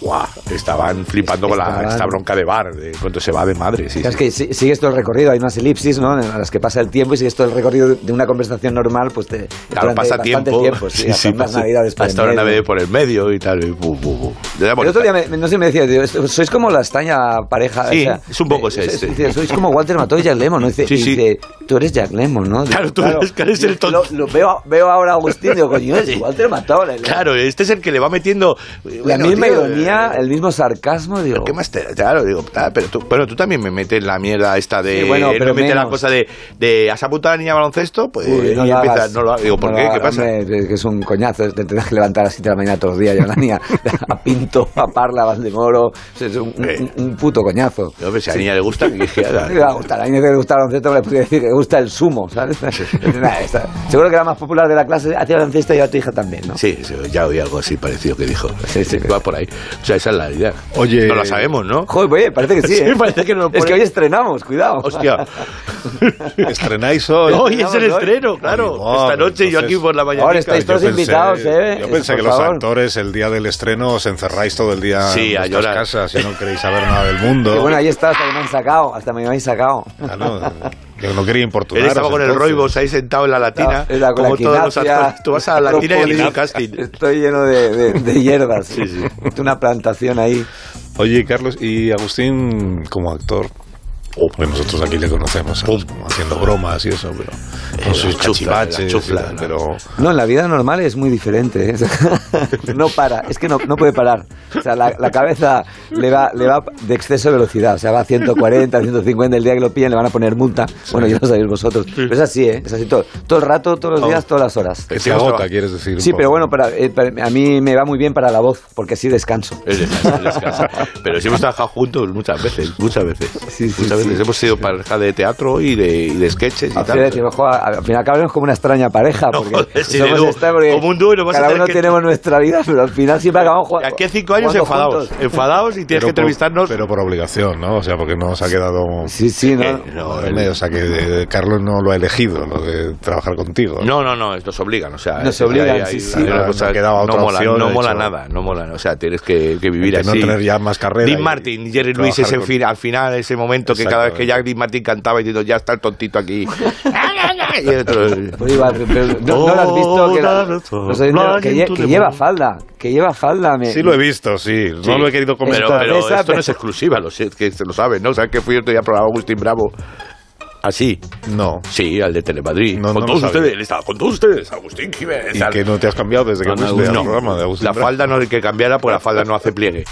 Speaker 2: ¡Guau! Estaban flipando con la,
Speaker 6: Estaban-
Speaker 2: esta bronca de bar. De cuánto se va de madre. Sí,
Speaker 6: Es
Speaker 2: sí.
Speaker 6: que si- sigues todo el recorrido, hay más elipsis, ¿no? En las que pasa el tiempo y sigues todo el recorrido de una conversación normal, pues te...
Speaker 2: Claro,
Speaker 6: durante
Speaker 2: pasa
Speaker 6: bastante
Speaker 2: tiempo.
Speaker 6: sí, hasta unas
Speaker 2: pasa-
Speaker 6: navidades por
Speaker 2: Hasta
Speaker 6: en
Speaker 2: una
Speaker 6: medio.
Speaker 2: navidad por el medio y tal. y bu, bu, bu. Le damos-
Speaker 6: El otro día, me- me- no sé, me decía, digo, esto- sois como la extraña pareja.
Speaker 2: Sí,
Speaker 6: o sea,
Speaker 2: es un poco ese,
Speaker 6: eh,
Speaker 2: ese.
Speaker 6: dice, sois como Walter Mató y Jack Lemmon, ¿no? Dice,
Speaker 2: Sí, sí.
Speaker 6: dice, tú eres Jack Lemmon, ¿no? Digo,
Speaker 2: Claro, tú eres- que eres el tonto.
Speaker 6: Lo, lo veo, veo ahora a Agustín, digo, coño, es Walter Mató. la- la-
Speaker 2: Claro, este es el que le va metiendo. eh,
Speaker 6: La
Speaker 2: bueno,
Speaker 6: misma
Speaker 2: tío, eh.
Speaker 6: ironía, el mismo sarcasmo, digo.
Speaker 2: ¿Qué más te, claro, digo, ah, pero tú, bueno, tú también me metes la mierda esta de.
Speaker 6: Sí, bueno,
Speaker 2: él
Speaker 6: pero
Speaker 2: me mete la
Speaker 6: menos.
Speaker 2: cosa de, de. ¿Has apuntado a la niña a baloncesto? Pues.
Speaker 6: Uy,
Speaker 2: y
Speaker 6: lo
Speaker 2: empieza,
Speaker 6: hagas.
Speaker 2: no lo hagas. Digo, ¿por
Speaker 6: No
Speaker 2: qué?
Speaker 6: lo
Speaker 2: ¿Qué
Speaker 6: hagas,
Speaker 2: pasa?
Speaker 6: hombre, es que es un coñazo, es- te tienes que levantar a las 7 de la mañana todos los días, ya la niña, a Pinto, a Parla, a Valdemoro, o sea, es un, un-
Speaker 2: Eh.
Speaker 6: un puto coñazo.
Speaker 2: Yo, hombre, si a la niña le gusta, que que haga.
Speaker 6: No le va a gustar, a mí me que le gusta el baloncesto, le podría decir que le gusta el sumo, ¿sabes? Nada, está- Seguro que era más popular de la clase, hacía baloncesto y a tu hija también, ¿no?
Speaker 2: Sí, sí, ya oí algo así parecido que dijo.
Speaker 6: Sí, sí.
Speaker 2: Va por ahí. O sea, esa es la idea.
Speaker 1: Oye.
Speaker 2: No la sabemos, ¿no?
Speaker 6: Joder, oye, parece que sí.
Speaker 2: Sí,
Speaker 6: ¿eh?
Speaker 2: parece que no lo
Speaker 6: Es
Speaker 2: pone.
Speaker 6: que hoy estrenamos, cuidado.
Speaker 2: Hostia.
Speaker 1: estrenáis hoy
Speaker 2: Hoy es el
Speaker 6: Hoy.
Speaker 2: estreno, claro.
Speaker 1: Amigo,
Speaker 2: Esta noche yo
Speaker 1: entonces-
Speaker 2: aquí por la mañana.
Speaker 6: Ahora estáis todos
Speaker 1: Yo
Speaker 6: invitados, ¿eh?
Speaker 1: Yo pensé
Speaker 6: Por
Speaker 1: que los
Speaker 6: favor.
Speaker 1: actores el día del estreno os encerráis todo el día
Speaker 2: Sí,
Speaker 1: en
Speaker 2: a
Speaker 1: vuestras
Speaker 2: llorar.
Speaker 1: casas y no queréis saber nada del mundo.
Speaker 6: Y bueno, ahí está, hasta que me han sacado, hasta me habéis sacado.
Speaker 1: Claro, yo no quería importunar.
Speaker 2: Él estaba con el Roibos ahí sentado en la latina.
Speaker 6: Estaba- estaba con la
Speaker 2: como todos los
Speaker 6: quinasia,
Speaker 2: actores. Tú vas a la latina y
Speaker 6: Acrópolis.
Speaker 2: el casting.
Speaker 6: Estoy lleno de, de- de hierbas.
Speaker 2: Sí, sí.
Speaker 6: Una plantación ahí.
Speaker 1: Oye, Carlos, y Agustín como actor. oh, Porque nosotros aquí le conocemos ¿sabes? como haciendo bromas y eso, pero con
Speaker 2: la
Speaker 1: sus
Speaker 2: chufla, la
Speaker 1: cachivaches,
Speaker 2: chufla,
Speaker 1: y tal,
Speaker 2: la-
Speaker 1: pero
Speaker 6: No, en la vida normal es muy diferente. ¿eh? No para, es que no, no puede parar. O sea, la, la cabeza le va, le va de exceso de velocidad. O sea, va a 140, 150. El día que lo pillan le van a poner multa. Bueno, ya lo sabéis vosotros. Pero es así, ¿eh? Es así todo. Todo el rato, todos los días, todas las horas.
Speaker 1: se agota, quieres decir. un
Speaker 6: Sí,
Speaker 1: poco.
Speaker 6: pero bueno, para, eh, para- a mí me va muy bien para la voz, porque así descanso.
Speaker 2: Es descanso, es descanso. Pero sí hemos trabajado juntos muchas veces, muchas veces.
Speaker 6: Sí, sí,
Speaker 2: muchas
Speaker 6: sí.
Speaker 2: veces hemos sido pareja de teatro y de, y de sketches y
Speaker 6: Al
Speaker 2: tal.
Speaker 6: final decimos, "Joder, al final acabamos como una extraña pareja,
Speaker 2: No,
Speaker 6: porque
Speaker 2: joder, sí,
Speaker 6: somos
Speaker 2: de dúo.
Speaker 6: esta- porque
Speaker 2: Como un dúo y nos vas a
Speaker 6: cada
Speaker 2: tener
Speaker 6: uno
Speaker 2: que-
Speaker 6: tenemos nuestra vida, pero al final siempre acabamos
Speaker 2: De
Speaker 6: jugando.
Speaker 2: aquí a cinco años
Speaker 6: jugando
Speaker 2: enfadados,
Speaker 6: juntos.
Speaker 2: enfadados y
Speaker 1: Pero
Speaker 2: tienes que
Speaker 1: por-
Speaker 2: entrevistarnos.
Speaker 1: Pero por obligación, ¿no? O sea, porque no se ha quedado.
Speaker 6: Sí, sí, ¿no?
Speaker 2: Eh, no,
Speaker 1: en
Speaker 2: el-
Speaker 1: medio, o sea, que eh, Carlos no lo ha elegido, lo de trabajar contigo.
Speaker 2: No, no, no, nos obligan, o sea,
Speaker 6: Nos
Speaker 2: es-
Speaker 6: obligan,
Speaker 2: hay- hay-
Speaker 6: sí, sí.
Speaker 2: hay una
Speaker 1: Ah,
Speaker 2: cosa
Speaker 1: no
Speaker 2: que
Speaker 1: quedaba
Speaker 2: no
Speaker 1: otra
Speaker 2: mola,
Speaker 1: opción,
Speaker 2: no
Speaker 1: de
Speaker 2: mola
Speaker 1: hecho.
Speaker 2: nada, no mola, o sea, tienes que, que vivir
Speaker 1: De
Speaker 2: así.
Speaker 1: no tener ya más carrera
Speaker 2: Dean
Speaker 1: y
Speaker 2: Martin, Jerry
Speaker 1: trabajar
Speaker 2: Lewis, ese
Speaker 1: con-
Speaker 2: fin- al final, ese momento que cada vez que Jack Martín cantaba diciendo, ya está el tontito aquí. y el otro,
Speaker 6: Pues iba, pero- pero no, no lo has visto que, la- los oyentes- que lle- que lleva falda, que lleva falda. me-
Speaker 1: Sí lo he visto, sí. No
Speaker 2: Sí.
Speaker 1: lo he querido comentar.
Speaker 2: Pero, pero
Speaker 6: Esa-
Speaker 2: esto no es exclusiva, lo sé, que se lo saben, ¿no? ¿Sabes que fui otro día al programa Agustín Bravo? Así.
Speaker 1: No.
Speaker 2: Sí, al de Telemadrid.
Speaker 1: No, no
Speaker 2: con
Speaker 1: lo
Speaker 2: todos
Speaker 1: sabía.
Speaker 2: ustedes, él estaba con todos ustedes, Agustín Jiménez.
Speaker 1: Y
Speaker 2: Al-
Speaker 1: que no te has cambiado desde que
Speaker 2: No, no,
Speaker 1: fuiste al
Speaker 2: no.
Speaker 1: programa de Agustín
Speaker 2: La
Speaker 1: Bravo.
Speaker 2: falda no hay que cambiarla porque la falda no hace pliegue.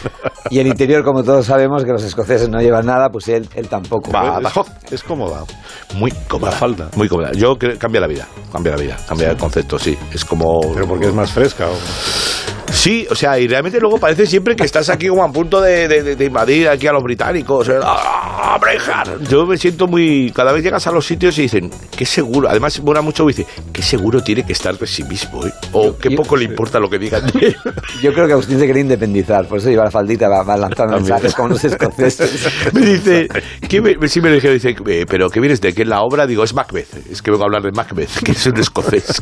Speaker 6: Y el interior, como todos sabemos, que los escoceses no llevan nada, pues él, él tampoco.
Speaker 2: Va,
Speaker 6: Es-
Speaker 2: bajo.
Speaker 1: Es cómoda.
Speaker 2: Muy cómoda. falda. Muy cómoda. Yo creo cambia la vida. Cambia la vida. Cambia el concepto, sí. Es como.
Speaker 1: Pero porque es más fresca. o-
Speaker 2: Sí, o sea, y realmente luego parece siempre que estás aquí como a punto de, de- de- de invadir aquí a los británicos. ¡Ah, Braveheart! Yo me siento muy... Cada vez llegas a los sitios y dicen, qué seguro... Además, mola mucho, dice, qué seguro tiene que estar de sí mismo, ¿eh? O qué
Speaker 6: yo-
Speaker 2: poco le importa lo que digan. de él".
Speaker 6: Yo creo que Agustín se quería independizar, por eso lleva la faldita, va, va lanzando mensajes como los escoceses.
Speaker 2: me dice, ¿qué me, me- sí me lo dijeron, dice, "Eh, pero ¿qué vienes de qué? La obra, digo, es Macbeth. Es que vengo a hablar de Macbeth, que es un escocés.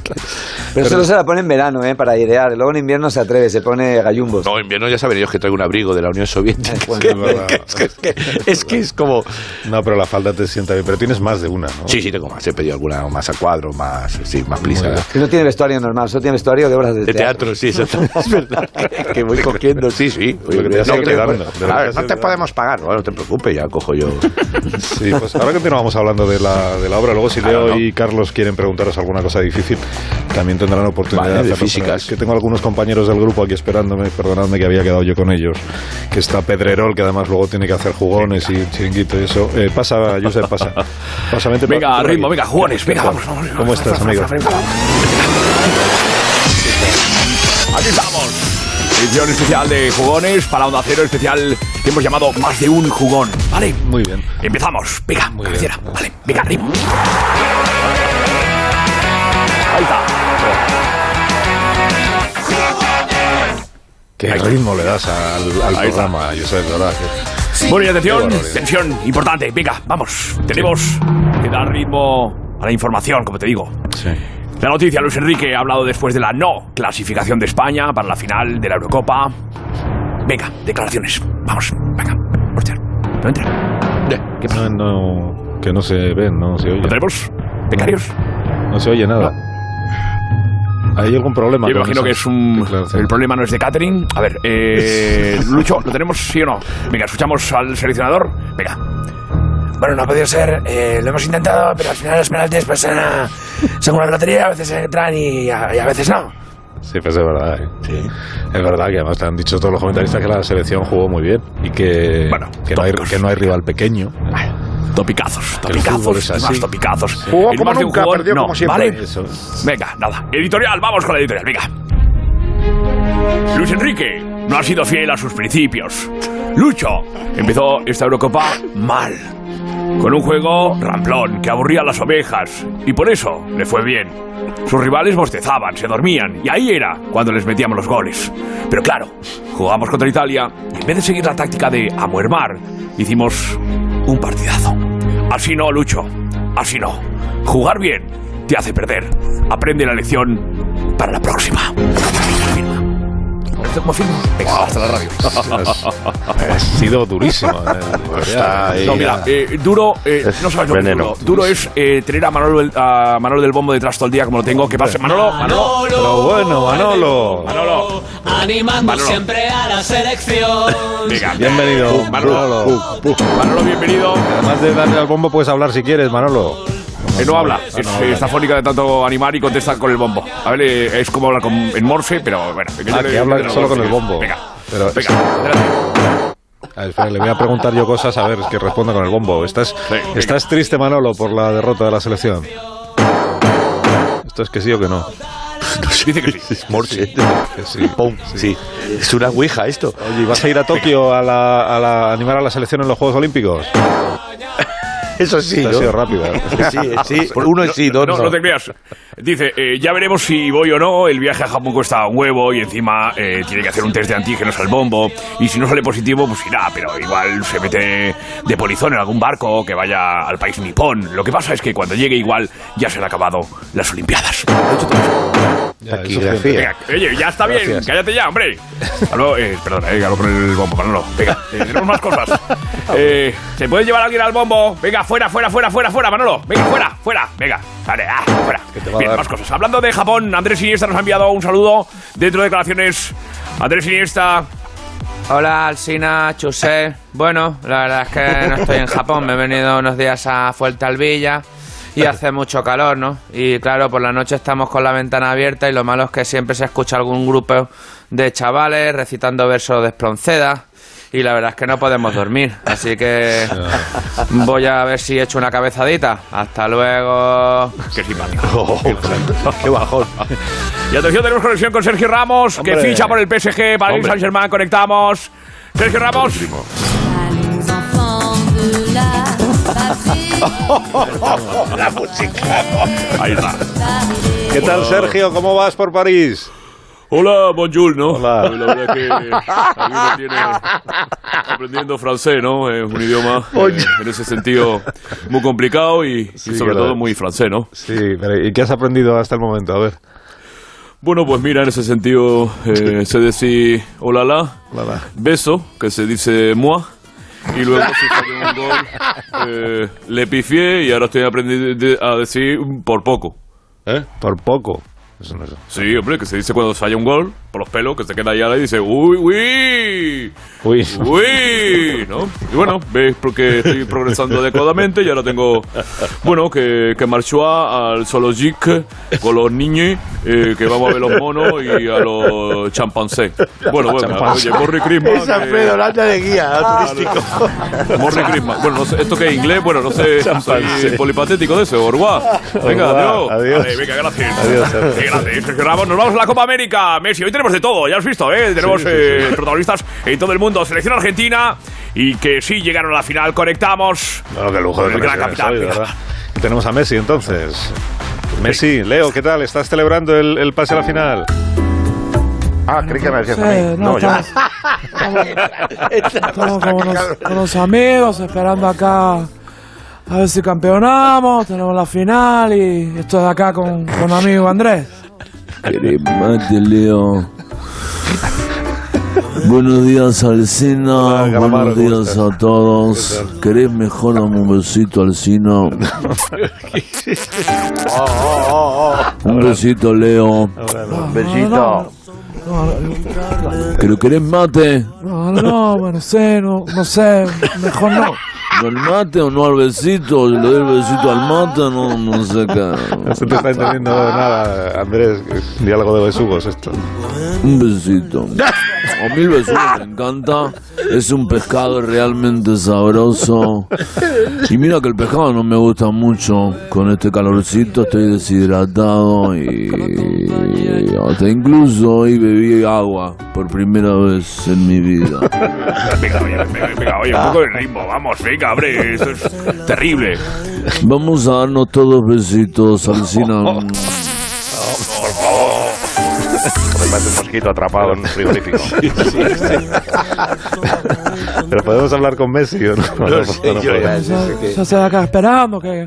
Speaker 6: Pero solo se la pone en verano, ¿eh? Para idear. Luego en invierno se atreve, se pone gallumbos.
Speaker 2: No, en invierno ya saben ellos que traigo un abrigo de la Unión Soviética.
Speaker 6: Bueno,
Speaker 2: Que-
Speaker 1: es verdad.
Speaker 2: que- Pues es que- es que- es que es como...
Speaker 1: No, pero la falda te sienta bien. Pero tienes más de una, ¿no?
Speaker 2: Sí, sí, tengo más. He pedido alguna más a cuadro, más, sí, más plisa.
Speaker 6: Que no tiene vestuario normal, solo tiene vestuario de obras de,
Speaker 2: De teatro, sí, eso es verdad. Que, que voy cogiendo, sí, sí.
Speaker 1: Lo que te has
Speaker 2: no,
Speaker 1: ido
Speaker 2: te-
Speaker 1: quedando, de lo
Speaker 2: a
Speaker 1: que
Speaker 2: ver,
Speaker 1: has ido
Speaker 2: no te
Speaker 1: quedando.
Speaker 2: podemos pagar, no, no te preocupes, ya cojo yo.
Speaker 1: Sí, pues ahora continuamos hablando de la, de la obra. Luego, si
Speaker 2: Claro,
Speaker 1: Leo
Speaker 2: no.
Speaker 1: y Carlos quieren preguntaros alguna cosa difícil, también tendrán oportunidad
Speaker 2: Vale, de
Speaker 1: hacerlo. Pero
Speaker 2: físicas.
Speaker 1: es que tengo algunos compañeros del grupo aquí esperándome. Perdonadme que había quedado yo con ellos. Que está Pedrerol, que además luego tiene que hacer jugones y chiringuito y eso. Eh, pasa, Josep, pasa. Pasa, vente pa-
Speaker 7: Venga,
Speaker 1: por
Speaker 7: ritmo,
Speaker 1: aquí.
Speaker 7: venga, jugones, venga, vamos, vamos. vamos.
Speaker 1: ¿Cómo estás, amigo?
Speaker 7: Aquí estamos. Edición especial de jugones para Onda Cero, especial que hemos llamado Más de un jugón. Vale,
Speaker 1: Muy bien.
Speaker 7: empezamos. Venga,
Speaker 1: Muy bien.
Speaker 7: cabecera. Vale, venga, ritmo. Ahí está.
Speaker 1: ¿Qué ritmo le das al, al
Speaker 7: Ahí está.
Speaker 1: programa, Josep? de ¿Verdad? que-
Speaker 7: Bueno, y atención,
Speaker 1: Qué barbaridad.
Speaker 7: tensión importante. Venga, vamos. Tenemos que dar ritmo a la información, como te digo. La noticia, Luis Enrique ha hablado después de la no clasificación de España para la final de la Eurocopa. Venga, declaraciones. Vamos, venga. No entrar, no entrar. ¿Qué pasa?
Speaker 1: No, no, que no se ven, no se oye.
Speaker 7: ¿Lo tenemos? ¿Becarios?
Speaker 1: No se oye nada. ¿Hay algún problema?
Speaker 7: Yo
Speaker 1: con
Speaker 7: imagino
Speaker 1: esa
Speaker 7: que es un...
Speaker 1: declaración?
Speaker 7: El problema no es de catering. A ver, eh, Lucho, ¿lo tenemos sí o no? Venga, escuchamos al seleccionador. Venga.
Speaker 11: Bueno, no ha podido ser, eh, lo hemos intentado, pero al final los penaltis pues son, a-
Speaker 7: eh,
Speaker 11: son una lotería, a veces entran y a, y a veces no.
Speaker 1: Sí, pues es verdad. ¿eh? Es verdad que además te han dicho todos los comentaristas que la selección jugó muy bien y que,
Speaker 7: Bueno, Ah,
Speaker 1: que, no, hay,
Speaker 7: tópicos.
Speaker 1: que no hay rival pequeño.
Speaker 7: Topicazos,
Speaker 1: el fútbol
Speaker 7: topicazos,
Speaker 1: es así.
Speaker 7: más topicazos.
Speaker 1: Jugó
Speaker 7: El
Speaker 1: como
Speaker 7: más de un
Speaker 1: nunca,
Speaker 7: jugón,
Speaker 1: perdió
Speaker 7: no,
Speaker 1: como siempre.
Speaker 7: ¿vale?
Speaker 1: Eso
Speaker 7: Venga, nada. Editorial, vamos con la editorial, venga. Luis Enrique no ha sido fiel a sus principios. Lucho empezó esta Eurocopa mal. Con un juego ramplón que aburría a las ovejas. Y por eso le fue bien. Sus rivales bostezaban, se dormían. Y ahí era cuando les metíamos los goles. Pero claro, jugamos contra Italia. Y en vez de seguir la táctica de amuermar, hicimos un partidazo. Así no, Lucho. Así no. Jugar bien te hace perder. Aprende la lección para la próxima. Firma. ¿Esto cómo firmo? Venga, hasta la radio.
Speaker 1: Ha sido durísimo. eh,
Speaker 2: Está ahí.
Speaker 7: No, mira, eh, duro, eh,
Speaker 2: Es
Speaker 7: no sabes lo que es
Speaker 2: veneno.
Speaker 7: duro. Duro es eh, tener a Manolo, el- a Manolo del Bombo detrás todo el día como lo tengo. ¿Qué pasa, Manolo? Manolo.
Speaker 1: Pero bueno, Manolo.
Speaker 7: Manolo.
Speaker 12: Animando
Speaker 7: Manolo.
Speaker 12: siempre a la selección.
Speaker 7: Venga.
Speaker 1: Bienvenido.
Speaker 7: Manolo. Manolo, bienvenido.
Speaker 1: Además de darle al bombo, puedes hablar si quieres, Manolo. Ah,
Speaker 7: Eh, no habla, es, eh, está fónica de tanto animar y contesta con el bombo. A ver, eh, es como hablar con, en morse, pero bueno. que yo
Speaker 1: Ah,
Speaker 7: le-
Speaker 1: que habla
Speaker 7: yo le-
Speaker 1: solo con el bombo.
Speaker 7: Venga,
Speaker 1: Pero-
Speaker 7: venga, adelante.
Speaker 1: A ver, espera, le voy a preguntar yo cosas a ver que responda con el bombo. ¿Estás,
Speaker 7: Venga.
Speaker 1: ¿Estás triste, Manolo, por la derrota de la selección? ¿Esto es que sí o que no?
Speaker 7: Dice que sí.
Speaker 2: Morse.
Speaker 1: Que sí.
Speaker 2: Pum, sí. Es una ouija esto.
Speaker 1: Oye, ¿y ¿vas a ir a Tokio a, la- a la- animar a la selección en los Juegos Olímpicos?
Speaker 2: Eso sí,
Speaker 1: Te ha
Speaker 2: ¿no?
Speaker 1: sido ¿eh? rápida.
Speaker 2: Sí, sí. Uno es sí, dos
Speaker 7: No,
Speaker 2: no.
Speaker 7: no te creas. Dice, eh, ya veremos si voy o no. El viaje a Japón cuesta un huevo y encima eh, tiene que hacer un test de antígenos al bombo. Y si no sale positivo, pues irá, pero igual se mete de polizón en algún barco que vaya al país nipón. Lo que pasa es que cuando llegue igual ya se han acabado las Olimpiadas. Venga, oye, ya está bien,
Speaker 2: Gracias.
Speaker 7: cállate ya, hombre. Hablo, eh, perdona, eh, hablo con el bombo, pero no. Venga, eh, tenemos más cosas. Eh, ¿Se puede llevar alguien al bombo? Venga, fuera, fuera, fuera, fuera, fuera, Manolo. Venga, fuera, fuera, venga. Vale, ah, fuera.
Speaker 1: va a
Speaker 7: Bien,
Speaker 1: dar.
Speaker 7: más cosas. Hablando de Japón, Andrés Iniesta nos ha enviado un saludo dentro de declaraciones. Andrés Iniesta.
Speaker 13: Hola, Alsina, Chusé. Bueno, la verdad es que no estoy en Japón, me he venido unos días a Fuertealbilla y hace mucho calor, ¿no? Y claro, por la noche estamos con la ventana abierta y lo malo es que siempre se escucha algún grupo de chavales recitando versos de Espronceda y la verdad es que no podemos dormir, así que voy a ver si echo una cabezadita. Hasta luego.
Speaker 7: Qué Qué bajón. Y atención, tenemos conexión con Sergio Ramos, que
Speaker 13: Hombre.
Speaker 7: ficha por el PSG, para el
Speaker 13: Hombre.
Speaker 7: Saint Germain, conectamos. Sergio Ramos.
Speaker 2: La música.
Speaker 7: Ahí está.
Speaker 1: ¿Qué tal, Sergio? ¿Cómo vas por París?
Speaker 14: Hola, bonjour, ¿no? Pues
Speaker 1: Hola.
Speaker 14: La verdad que aquí me tiene aprendiendo francés, ¿no? Es un idioma eh, en ese sentido muy complicado y, y sobre
Speaker 1: que lo
Speaker 14: todo
Speaker 1: es.
Speaker 14: muy francés, ¿no?
Speaker 1: Sí, pero ¿y qué has aprendido hasta el momento? A ver.
Speaker 14: Bueno, pues mira, en ese sentido eh, se dice hola la, beso, que se dice moi, y luego si fallé un gol, eh, le pifié y ahora estoy aprendiendo a decir por poco.
Speaker 1: ¿Eh? Por poco. Eso no es-
Speaker 14: Sí, hombre, que se dice cuando falla un gol, por los pelos, que se queda ahí ahora y dice, uy, uy,
Speaker 1: Uy.
Speaker 14: uy, ¿no? Y bueno, veis porque estoy progresando adecuadamente y ahora tengo, bueno, que, que marchó al zoologique con los niños, eh, que vamos a ver los monos y a los chimpancés. Bueno, bueno,
Speaker 2: Champancé.
Speaker 14: oye, Morri Crisma.
Speaker 2: Es Alfredo Landa de guía turístico.
Speaker 14: Morri Crisma. Bueno, no sé, ¿esto qué es inglés? Bueno, no sé, soy
Speaker 7: Chimpancé.
Speaker 14: polipatético de eso, Orguá. Venga,
Speaker 7: Orguá,
Speaker 14: adiós.
Speaker 7: adiós. Vale, venga, gracias.
Speaker 14: Adiós,
Speaker 7: Qué grande, Sergio Ramos. Nos vamos a la Copa América, Messi. Hoy tenemos de todo, ya has visto, ¿eh? Tenemos
Speaker 14: Sí, sí,
Speaker 7: eh,
Speaker 14: sí.
Speaker 7: protagonistas en todo el mundo. Selección argentina y que sí llegaron a la final. Conectamos.
Speaker 1: Bueno, qué lujo de
Speaker 7: con el gran
Speaker 1: conexiones
Speaker 7: capitán.
Speaker 1: hoy, de verdad. Tenemos a Messi entonces. Messi, Leo, ¿qué tal? ¿Estás celebrando el, el pase a la final?
Speaker 5: Ah, creí que me decías
Speaker 1: Sí,
Speaker 5: a mí.
Speaker 1: no,
Speaker 5: No, yo.
Speaker 1: estás-
Speaker 15: Eh, Estamos con los, con los amigos esperando acá a ver si campeonamos, tenemos la final y estoy acá con, con amigo Andrés.
Speaker 16: Eres más de Leo. Buenos días, Alcina. Buenos días a todos. ¿Querés mejor dame un besito, Alcina? Un besito, Leo.
Speaker 15: Besito. No,
Speaker 16: ¿Pero querés mate?
Speaker 15: no, no, no, bueno, no sé, no, no sé, mejor no.
Speaker 16: ¿Al mate o no al besito? ¿Le doy el besito al mate? No, no sé qué.
Speaker 1: No se te está entendiendo nada, Andrés. Es un Diálogo de besugos esto.
Speaker 16: Un besito. A mí el besugo me encanta. Es un pescado realmente sabroso. Y mira que el pescado no me gusta mucho. Con este calorcito estoy deshidratado y hasta incluso hoy bebí agua por primera vez en mi vida.
Speaker 7: Venga, oye, venga, venga, oye, un poco de ritmo. Vamos, venga, hombre. Esto es terrible.
Speaker 16: Vamos a darnos todos besitos, Alcina.
Speaker 2: Por favor. Me parece un mosquito atrapado en un frigorífico.
Speaker 1: Pero podemos hablar con Messi o no.
Speaker 2: No sé, yo ya
Speaker 1: podemos.
Speaker 15: Yo estoy acá esperando que,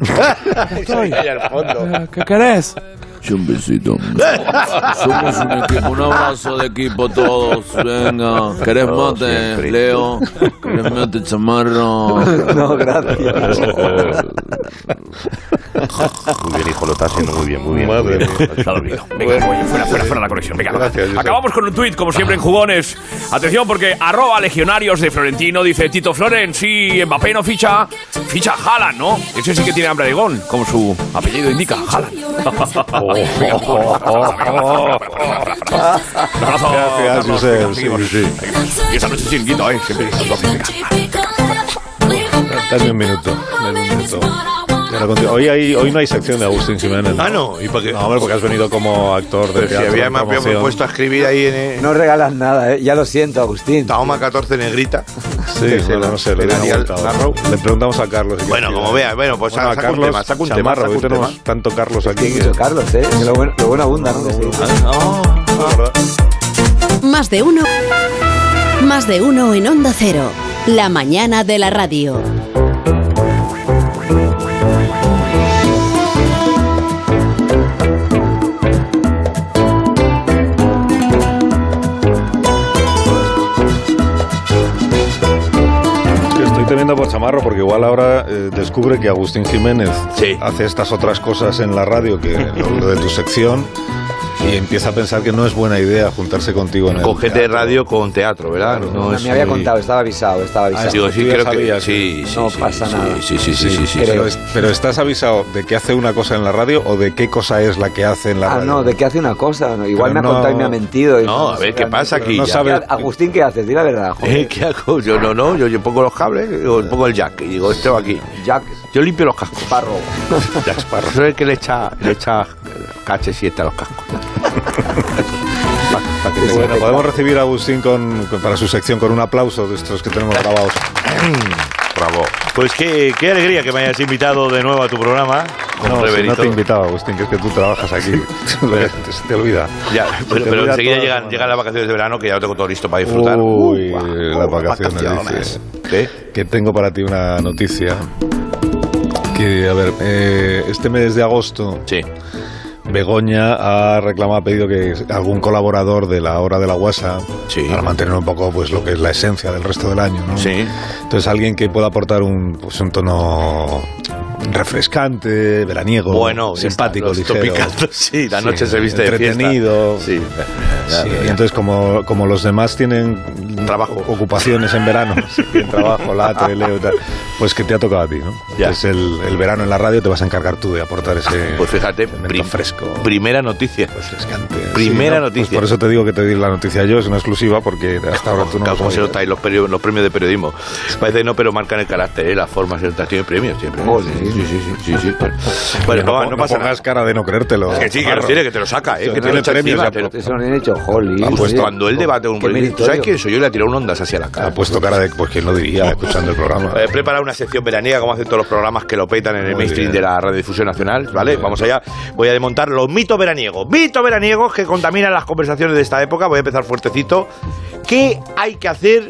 Speaker 15: que estoy. Eh, ¿Qué querés?
Speaker 16: Yo un besito. Somos un equipo, un abrazo de equipo todos. Venga, ¿querés
Speaker 2: Todos
Speaker 16: mate,
Speaker 2: siempre.
Speaker 16: Leo? ¿Querés mate, chamarro?
Speaker 2: No,
Speaker 16: gracias.
Speaker 2: Muy bien, hijo, lo estás haciendo muy bien, muy bien.
Speaker 7: Madre
Speaker 2: muy bien.
Speaker 7: Está dormido. Venga, oye, fuera, fuera, fuera la conexión. Venga, acabamos con un tuit, como siempre, en jugones. Atención, porque arroba legionarios de Florentino dice Tito Floren, si Mbappé no ficha, ficha Haaland, ¿no? Ese sí que tiene hambre de gol, como su apellido indica, Haaland. Venga, jugones, Un abrazo,
Speaker 1: Gracias,
Speaker 7: Carlos.
Speaker 1: Josep.
Speaker 7: Venga, seguimos.
Speaker 1: Sí, sí.
Speaker 7: Y esa noche sin quito, ¿eh? Siempre los dos, venga.
Speaker 1: Dame un minuto. Dame un minuto. Y ahora continu- Hoy, hay- hoy no hay sección de Agustín Jiménez. Ah, no. ¿Y para qué? No, hombre, porque has venido como actor de
Speaker 2: Pero si
Speaker 1: teatro.
Speaker 2: había
Speaker 1: en
Speaker 2: más me
Speaker 1: promoción.
Speaker 2: puesto a escribir ahí en.
Speaker 6: No regalas nada, ¿eh? ya lo siento, Agustín.
Speaker 2: Toma 14 negrita.
Speaker 1: Sí, bueno, no sé, le, doy una
Speaker 2: Daniel
Speaker 1: vuelta ahora. le preguntamos a Carlos. si
Speaker 2: Bueno,
Speaker 1: quiere.
Speaker 2: como vea, bueno, pues
Speaker 1: Bueno,
Speaker 2: saca
Speaker 1: a
Speaker 2: un
Speaker 1: Carlos,
Speaker 2: tema, saca un tema,
Speaker 1: Chamarro,
Speaker 2: saca
Speaker 1: hoy
Speaker 2: un
Speaker 1: tenemos
Speaker 2: tema.
Speaker 1: tanto Carlos aquí.
Speaker 6: Mucho Carlos, ¿eh? Que Lo bueno, lo bueno abunda, ¿no? Que sí.
Speaker 1: Ah,
Speaker 9: Más de uno. Más de uno en Onda Cero. La mañana de la radio.
Speaker 1: recomiendo por chamarro porque igual ahora eh, descubre que Agustín Jiménez hace estas otras cosas en la radio que lo, lo de tu sección y empieza a pensar que no es buena idea juntarse contigo en el
Speaker 2: Con gente de radio con teatro, ¿verdad? No
Speaker 6: me
Speaker 2: es
Speaker 6: había
Speaker 2: muy-
Speaker 6: contado, estaba avisado,
Speaker 1: Ah,
Speaker 6: estaba avisado.
Speaker 2: digo, sí,
Speaker 6: Tú ya
Speaker 2: creo que
Speaker 6: sabías.
Speaker 2: sí, sí,
Speaker 6: No
Speaker 2: sí,
Speaker 6: pasa
Speaker 2: sí,
Speaker 6: nada.
Speaker 2: Sí, sí, sí, sí, sí.
Speaker 1: pero, es- pero estás avisado de que hace una cosa en la radio o de qué cosa es la que hace en la
Speaker 6: Ah,
Speaker 1: radio.
Speaker 6: no, de que hace una cosa. ¿no? Igual
Speaker 1: Pero
Speaker 6: me ha
Speaker 1: no-
Speaker 6: contado y me ha mentido. y
Speaker 1: No, a ver, ¿qué
Speaker 6: realmente-
Speaker 1: pasa aquí? No
Speaker 6: ¿Qué-
Speaker 1: sabes-
Speaker 6: Agustín, ¿qué haces? Di la verdad, joder.
Speaker 2: Eh, ¿Qué hago? Yo no, no, yo, yo pongo los cables, yo pongo el jack y digo, este va aquí.
Speaker 6: Jack.
Speaker 2: Yo limpio los cascos.
Speaker 6: Parro.
Speaker 2: Jack Sparrow. Eso es el que le echa, le echa cache 7 a los cascos. Pa' que te-
Speaker 1: Bueno, podemos recibir a Agustín con- con- para su sección con un aplauso de estos que tenemos grabados.
Speaker 2: Bravo.
Speaker 17: Pues qué, qué alegría que me hayas invitado de nuevo a tu programa. con
Speaker 1: No, si
Speaker 17: Rever y
Speaker 1: no te
Speaker 17: todo.
Speaker 1: he invitado, Agustín, que es que tú trabajas aquí. Lo que se te olvida.
Speaker 2: Ya,
Speaker 1: Se
Speaker 2: pero,
Speaker 1: te
Speaker 2: pero
Speaker 1: olvida
Speaker 2: enseguida
Speaker 1: todo.
Speaker 2: llegan, llegan las vacaciones de verano que ya lo tengo todo listo para disfrutar.
Speaker 1: Uy,
Speaker 2: Uh,
Speaker 1: las vacaciones.
Speaker 2: vacaciones.
Speaker 1: dices. Que tengo para ti una noticia. Que, a ver, eh, este mes de agosto. Begoña ha reclamado, ha pedido que algún colaborador de la hora de la guasa, para mantener un poco pues lo que es la esencia del resto del año, ¿no? Entonces alguien que pueda aportar un, pues, un tono refrescante, veraniego,
Speaker 2: Bueno, ya está,
Speaker 1: simpático,
Speaker 2: los
Speaker 1: ligero.
Speaker 2: topicatos, sí, la noche se viste de fiesta.
Speaker 1: entretenido.
Speaker 2: Sí.
Speaker 1: Sí, y entonces como, como los demás tienen trabajo. ocupaciones en verano, sí, tienen trabajo, la tele, y tal, pues que te ha tocado a ti, ¿no? Entonces el, el verano en la radio te vas a encargar tú de aportar ese
Speaker 2: Pues fíjate, prim- primera noticia.
Speaker 1: Sí,
Speaker 2: Primera
Speaker 1: ¿no?
Speaker 2: noticia.
Speaker 1: Pues por eso te digo que te di la noticia yo, es una exclusiva porque hasta ahora tú no
Speaker 2: Claro,
Speaker 1: lo
Speaker 2: como se
Speaker 1: sabías.
Speaker 2: nota ahí los, peri- los premios de periodismo. Parece que no, pero marcan el carácter, ¿eh? las formas, el tacto y premios siempre. sí, sí, sí, sí, sí, sí. Bueno, no,
Speaker 1: pon-
Speaker 2: no pasa
Speaker 1: pongas cara de no creértelo. Ah,
Speaker 2: Que sí, que lo
Speaker 1: Navarro.
Speaker 2: tiene, que te lo saca, ¿eh?
Speaker 1: Eso
Speaker 2: que te
Speaker 1: tiene
Speaker 2: lo echa
Speaker 1: premios,
Speaker 2: encima.
Speaker 1: ya,
Speaker 2: te lo-
Speaker 6: Eso lo han hecho, jolly.
Speaker 2: Ah, pues
Speaker 6: oye.
Speaker 2: cuando el debate de un
Speaker 6: Qué
Speaker 2: periodista. ¿Sabes
Speaker 6: meritorio.
Speaker 2: quién soy yo? Y Le tiró un ondas hacia la cara.
Speaker 1: Ha puesto cara de, pues quien lo diría, escuchando el programa.
Speaker 2: He preparado una sección veraniega, como hacen todos los programas que lo petan en el mainstream de la radiodifusión nacional, ¿vale? Vamos allá. Voy a desmontar los mitos veraniegos. Mitos veraniegos que contaminan las conversaciones de esta época. Voy a empezar fuertecito. ¿Qué hay que hacer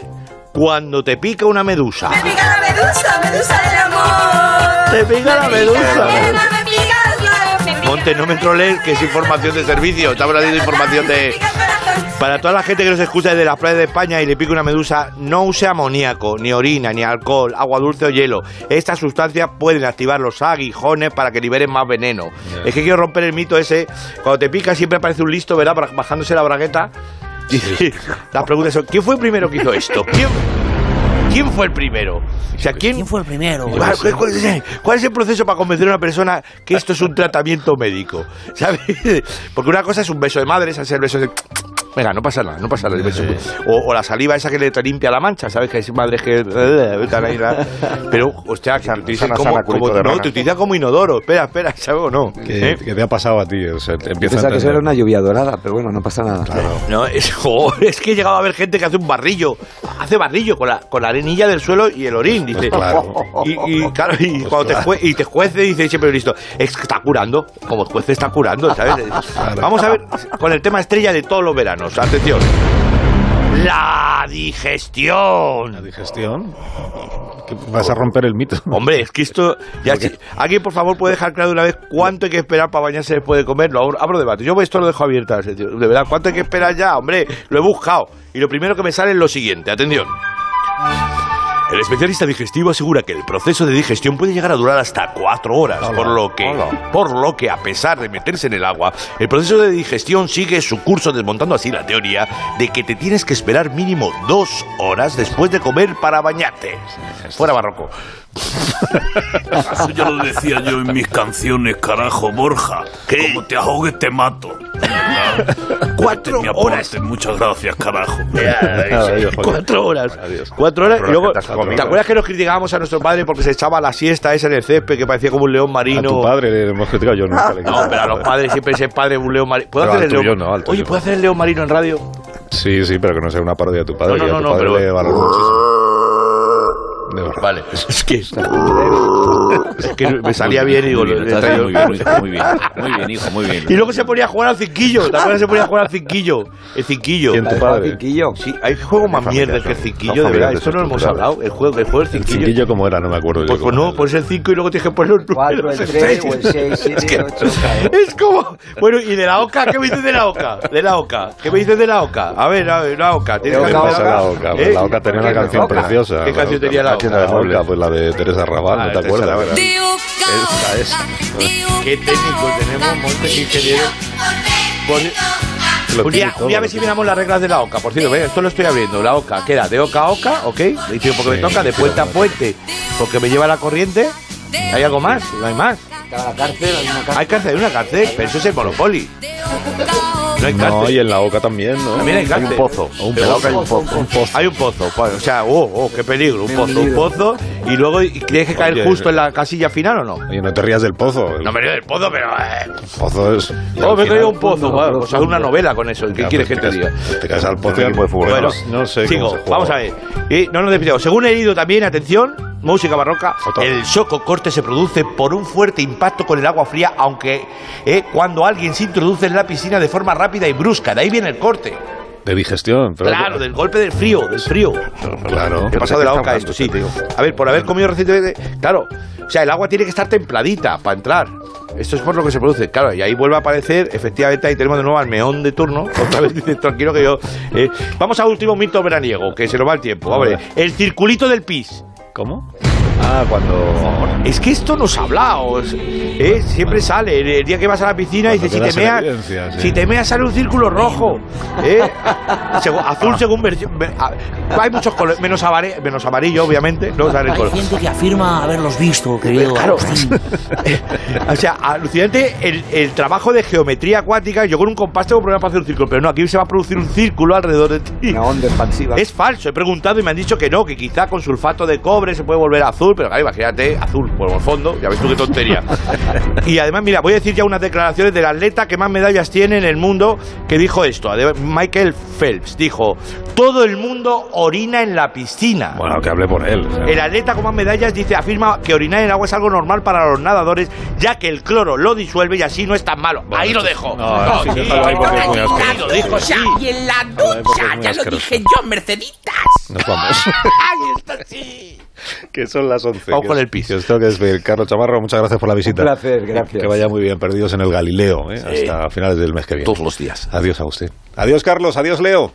Speaker 2: cuando te pica una medusa?
Speaker 18: pica la medusa, medusa del amor.
Speaker 2: Te pica la medusa.
Speaker 18: Me picas la me pica
Speaker 2: Monte, no me trolees, que es información de servicio. Estamos haciendo información de... Para toda la gente que nos escucha desde las playas de España y le pica una medusa, no use amoníaco, ni orina, ni alcohol, agua dulce o hielo. Estas sustancias pueden activar los aguijones para que liberen más veneno. Es que quiero romper el mito ese. Cuando te pica siempre aparece un listo, ¿verdad? Bra- Bajándose la bragueta. Y las preguntas son, ¿quién fue el primero que hizo esto? ¿Quién, quién fue el primero? O sea, ¿quién, fue el primero? ¿Cuál, cuál- cuál es- cuál es el proceso para convencer a una persona que esto es un tratamiento médico? ¿Sabes? Porque una cosa es un beso de madre, esa es el beso de... Venga, no pasa nada, no pasa nada. el beso- O, o la saliva esa que le te limpia la mancha, ¿sabes? Que hay madres que... están ahí, la- Pero, hostia, que te utilizan
Speaker 5: sana,
Speaker 2: como...
Speaker 5: sana, culito
Speaker 2: como-
Speaker 5: de
Speaker 2: no,
Speaker 5: rana.
Speaker 2: te utilizan como inodoro. Espera, espera, ¿sabes o no?
Speaker 1: Que,
Speaker 2: ¿Eh?
Speaker 1: que te ha pasado a ti, o sea, te
Speaker 6: Yo
Speaker 1: empieza
Speaker 6: pensaba
Speaker 1: a
Speaker 6: que eso era
Speaker 1: entender.
Speaker 6: una lluvia dorada, pero bueno, no pasa nada.
Speaker 2: No, es, jo, es que llegaba a haber gente que hace un barrillo. Hace barrillo con la, con la arenilla del suelo y el orín. Dice.
Speaker 1: claro.
Speaker 2: Y, y claro, y cuando te, jue- y te juece, dice siempre listo. Es que está curando. Como juez está curando, ¿sabes? Vamos a ver con el tema estrella de todos los veranos. Atención. La digestión.
Speaker 1: ¿La digestión? Que Vas
Speaker 2: Oh.
Speaker 1: a romper el mito.
Speaker 2: Hombre, es que esto. Ya sí. Alguien, por favor, puede dejar claro de una vez cuánto hay que esperar para bañarse después de comer. Lo abro, abro debate. Yo esto lo dejo abierta. es decir, De verdad, ¿cuánto hay que esperar ya? Hombre, lo he buscado. Y lo primero que me sale es lo siguiente. Atención. El especialista digestivo asegura que el proceso de digestión puede llegar a durar hasta cuatro horas, por lo que, por lo que a pesar de meterse en el agua, el proceso de digestión sigue su curso desmontando así la teoría de que te tienes que esperar mínimo dos horas después de comer para bañarte. Fuera barroco.
Speaker 17: Eso ya lo decía yo en mis canciones, carajo, Borja. Como te ahogues, te mato. Cuatro
Speaker 7: este
Speaker 17: horas. Muchas gracias, carajo.
Speaker 2: Cuatro horas. Cuatro horas. Y luego,
Speaker 17: Las cuatro
Speaker 2: ¿te
Speaker 17: horas.
Speaker 2: acuerdas que nos criticábamos a nuestro padre porque se echaba la siesta esa en el césped que parecía como un león
Speaker 1: A
Speaker 2: marino?
Speaker 1: tu padre le hemos criticado yo nunca. le he
Speaker 2: No, pero a
Speaker 1: criticado.
Speaker 2: los padres siempre ese padre un león marino. ¿Puedo
Speaker 1: Pero
Speaker 2: hacer
Speaker 1: al
Speaker 2: el león?
Speaker 1: tuyo no, al tuyo
Speaker 2: Oye,
Speaker 1: no.
Speaker 2: ¿puedo hacer el león marino en radio?
Speaker 1: Sí, sí, pero que no sea una parodia de tu padre.
Speaker 2: No, no,
Speaker 1: que a
Speaker 2: no,
Speaker 1: tu
Speaker 2: no,
Speaker 1: padre
Speaker 2: pero-
Speaker 1: le valoro muchísimo. De verdad.
Speaker 2: Vale. Es que, es que me salía bien y digo,
Speaker 17: Muy bien,
Speaker 2: le he
Speaker 17: estás
Speaker 2: traído-
Speaker 17: muy bien, muy bien, muy bien, muy bien, hijo, muy bien.
Speaker 2: Y luego se ponía a jugar al cinquillo. ¿Te acuerdas? Se ponía a jugar al cinquillo. El cinquillo.
Speaker 1: ¿Quién, tu padre?
Speaker 6: cinquillo?
Speaker 2: Sí, hay juego más mierda que el cinquillo, de verdad. Esto no lo hemos hablado. El juego, el juego del
Speaker 1: El
Speaker 2: cinquillo.
Speaker 1: cinquillo como era, no me acuerdo
Speaker 2: Pues,
Speaker 1: yo.
Speaker 2: pues no, pones el 5 y luego tienes que poner un número.
Speaker 6: el tres, o el seis, siete,
Speaker 2: Es que-
Speaker 6: ocho,
Speaker 2: Es como. Bueno, ¿y de la OCA? ¿Qué me dices de la OCA? De la OCA. ¿Qué me dices de la OCA? A ver, a ver, la OCA. ¿Tienes
Speaker 1: ¿Qué
Speaker 2: que
Speaker 1: me
Speaker 2: hacer ¿Eh?
Speaker 1: pasa a Pues la Oca? Pues la Oca tenía una canción preciosa,
Speaker 2: ¿Qué
Speaker 1: la
Speaker 2: canción
Speaker 1: Oca.
Speaker 2: tenía la
Speaker 1: La
Speaker 2: OCA?
Speaker 5: tienda de
Speaker 1: Ah, Olga,
Speaker 5: Olga.
Speaker 1: pues la de Teresa Raval,
Speaker 2: Ah,
Speaker 1: ¿no te
Speaker 2: Teresa
Speaker 1: acuerdas?
Speaker 2: Raval.
Speaker 1: Esta es.
Speaker 2: Qué técnico tenemos, monte que ingeniero. Pone-
Speaker 1: Lo tiene
Speaker 2: Un día, un día
Speaker 1: todo.
Speaker 2: a ver si miramos las reglas de la OCA. Por cierto, ve, esto lo estoy abriendo. La OCA queda de OCA a OCA, ¿ok? Le digo, porque me
Speaker 1: Sí,
Speaker 2: toca de
Speaker 1: sí,
Speaker 2: puente a
Speaker 1: sí.
Speaker 2: puente, porque me lleva la corriente. ¿Hay algo más? No hay más.
Speaker 6: la cárcel, hay una
Speaker 2: Hay cárcel, hay una cárcel, pero eso es el Monopoly. No hay
Speaker 1: No,
Speaker 2: cárcel.
Speaker 1: y en la boca también, ¿no?
Speaker 2: También hay cárcel.
Speaker 1: un pozo.
Speaker 2: O un
Speaker 1: En la Oca hay un
Speaker 2: pozo.
Speaker 1: pozo.
Speaker 2: Hay un pozo. pa- O sea, oh, oh, qué peligro. Un pozo, un
Speaker 1: Bienvenido.
Speaker 2: pozo. Y luego y tienes que caer
Speaker 1: Oye,
Speaker 2: justo en la casilla final o no.
Speaker 1: Oye, no te rías del pozo. El
Speaker 2: No me río del pozo, pero. eh,
Speaker 1: pozo es.
Speaker 2: Oh, me he
Speaker 1: al
Speaker 2: caído
Speaker 1: final-
Speaker 2: un pozo. vale, pues haz una novela con eso. ¿Qué
Speaker 1: Ya,
Speaker 2: quieres que
Speaker 1: pues
Speaker 2: te diga?
Speaker 1: caes- Te caes al pozo y al
Speaker 2: Bueno,
Speaker 1: no, no sé.
Speaker 2: sigo,
Speaker 1: cómo se juega.
Speaker 2: vamos a ver. Y no nos despidamos. Según he leído también, atención, música barroca, el choco corte se produce por un fuerte impacto con el agua fría, aunque eh, cuando alguien se introduce en la piscina de forma rápida y brusca. De ahí viene el corte.
Speaker 1: De digestión, pero.
Speaker 2: Claro, del golpe del frío, del frío.
Speaker 1: Claro.
Speaker 2: He pasado de la boca a esto, sí. A ver, por haber comido recientemente. Claro, o sea, el agua tiene que estar templadita para entrar. Esto es por lo que se produce. Claro, y ahí vuelve a aparecer, efectivamente, ahí tenemos de nuevo al meón de turno. Otra vez dice, tranquilo que yo. eh, vamos al último mito veraniego, que se nos va el tiempo. Vamos a ver. El circulito del pis.
Speaker 1: ¿Cómo? Ah, cuando.
Speaker 2: Es que esto nos habla, eh, siempre sale. El, el día que vas a la piscina y
Speaker 1: Cuando
Speaker 2: dices, si
Speaker 1: te
Speaker 2: te
Speaker 1: das en evidencia,
Speaker 2: meas,
Speaker 1: sí.
Speaker 2: si te meas sale un círculo rojo, ¿eh? Segu- azul según versión. ver- a- Hay muchos colores, menos, avare- menos amarillo, obviamente. No sale el
Speaker 19: Hay
Speaker 2: color.
Speaker 19: gente que afirma haberlos visto, querido.
Speaker 2: Claro.
Speaker 19: Agustín.
Speaker 2: O sea, alucinante el, el trabajo de geometría acuática. Yo con un compás tengo problemas para hacer un círculo, pero no, aquí se va a producir un círculo alrededor de ti. Una
Speaker 6: onda expansiva.
Speaker 2: Es falso, he preguntado y me han dicho que no, que quizá con sulfato de cobre se puede volver azul, pero claro, imagínate, azul por el fondo, ya ves tú qué tontería. y además, mira, voy a decir ya unas declaraciones del atleta que más medallas tiene en el mundo, que dijo esto, ade- Michael Phelps, dijo, todo el mundo orina en la piscina.
Speaker 1: Bueno, que hable por él. o sea.
Speaker 2: El atleta con más medallas dice, afirma que orinar en agua es algo normal para los nadadores, ya que el cloro lo disuelve y así no es tan malo. ahí lo dejo.
Speaker 1: no, no, sí,
Speaker 2: sí,
Speaker 1: déjalo ahí porque es muy
Speaker 2: ahí
Speaker 1: asqueroso.
Speaker 2: lo dejo, sí.
Speaker 19: Y en la
Speaker 1: Joder, porque es
Speaker 19: ducha,
Speaker 1: muy
Speaker 19: ya lo
Speaker 1: asqueroso.
Speaker 19: dije yo, Merceditas.
Speaker 1: Nos vamos.
Speaker 19: Ay, está sí.
Speaker 1: que son las 11.
Speaker 2: Vamos
Speaker 1: que
Speaker 2: con
Speaker 1: os-
Speaker 2: el pis.
Speaker 1: que os tengo que despedir. Carlos Chamarro, muchas gracias por la visita.
Speaker 6: Un placer, gracias.
Speaker 1: Que vaya muy bien, perdidos en el Galileo, ¿eh?
Speaker 6: Sí.
Speaker 1: hasta finales del mes que viene.
Speaker 2: Todos los días.
Speaker 1: Adiós, Agustín. Adiós, Carlos. Adiós, Leo.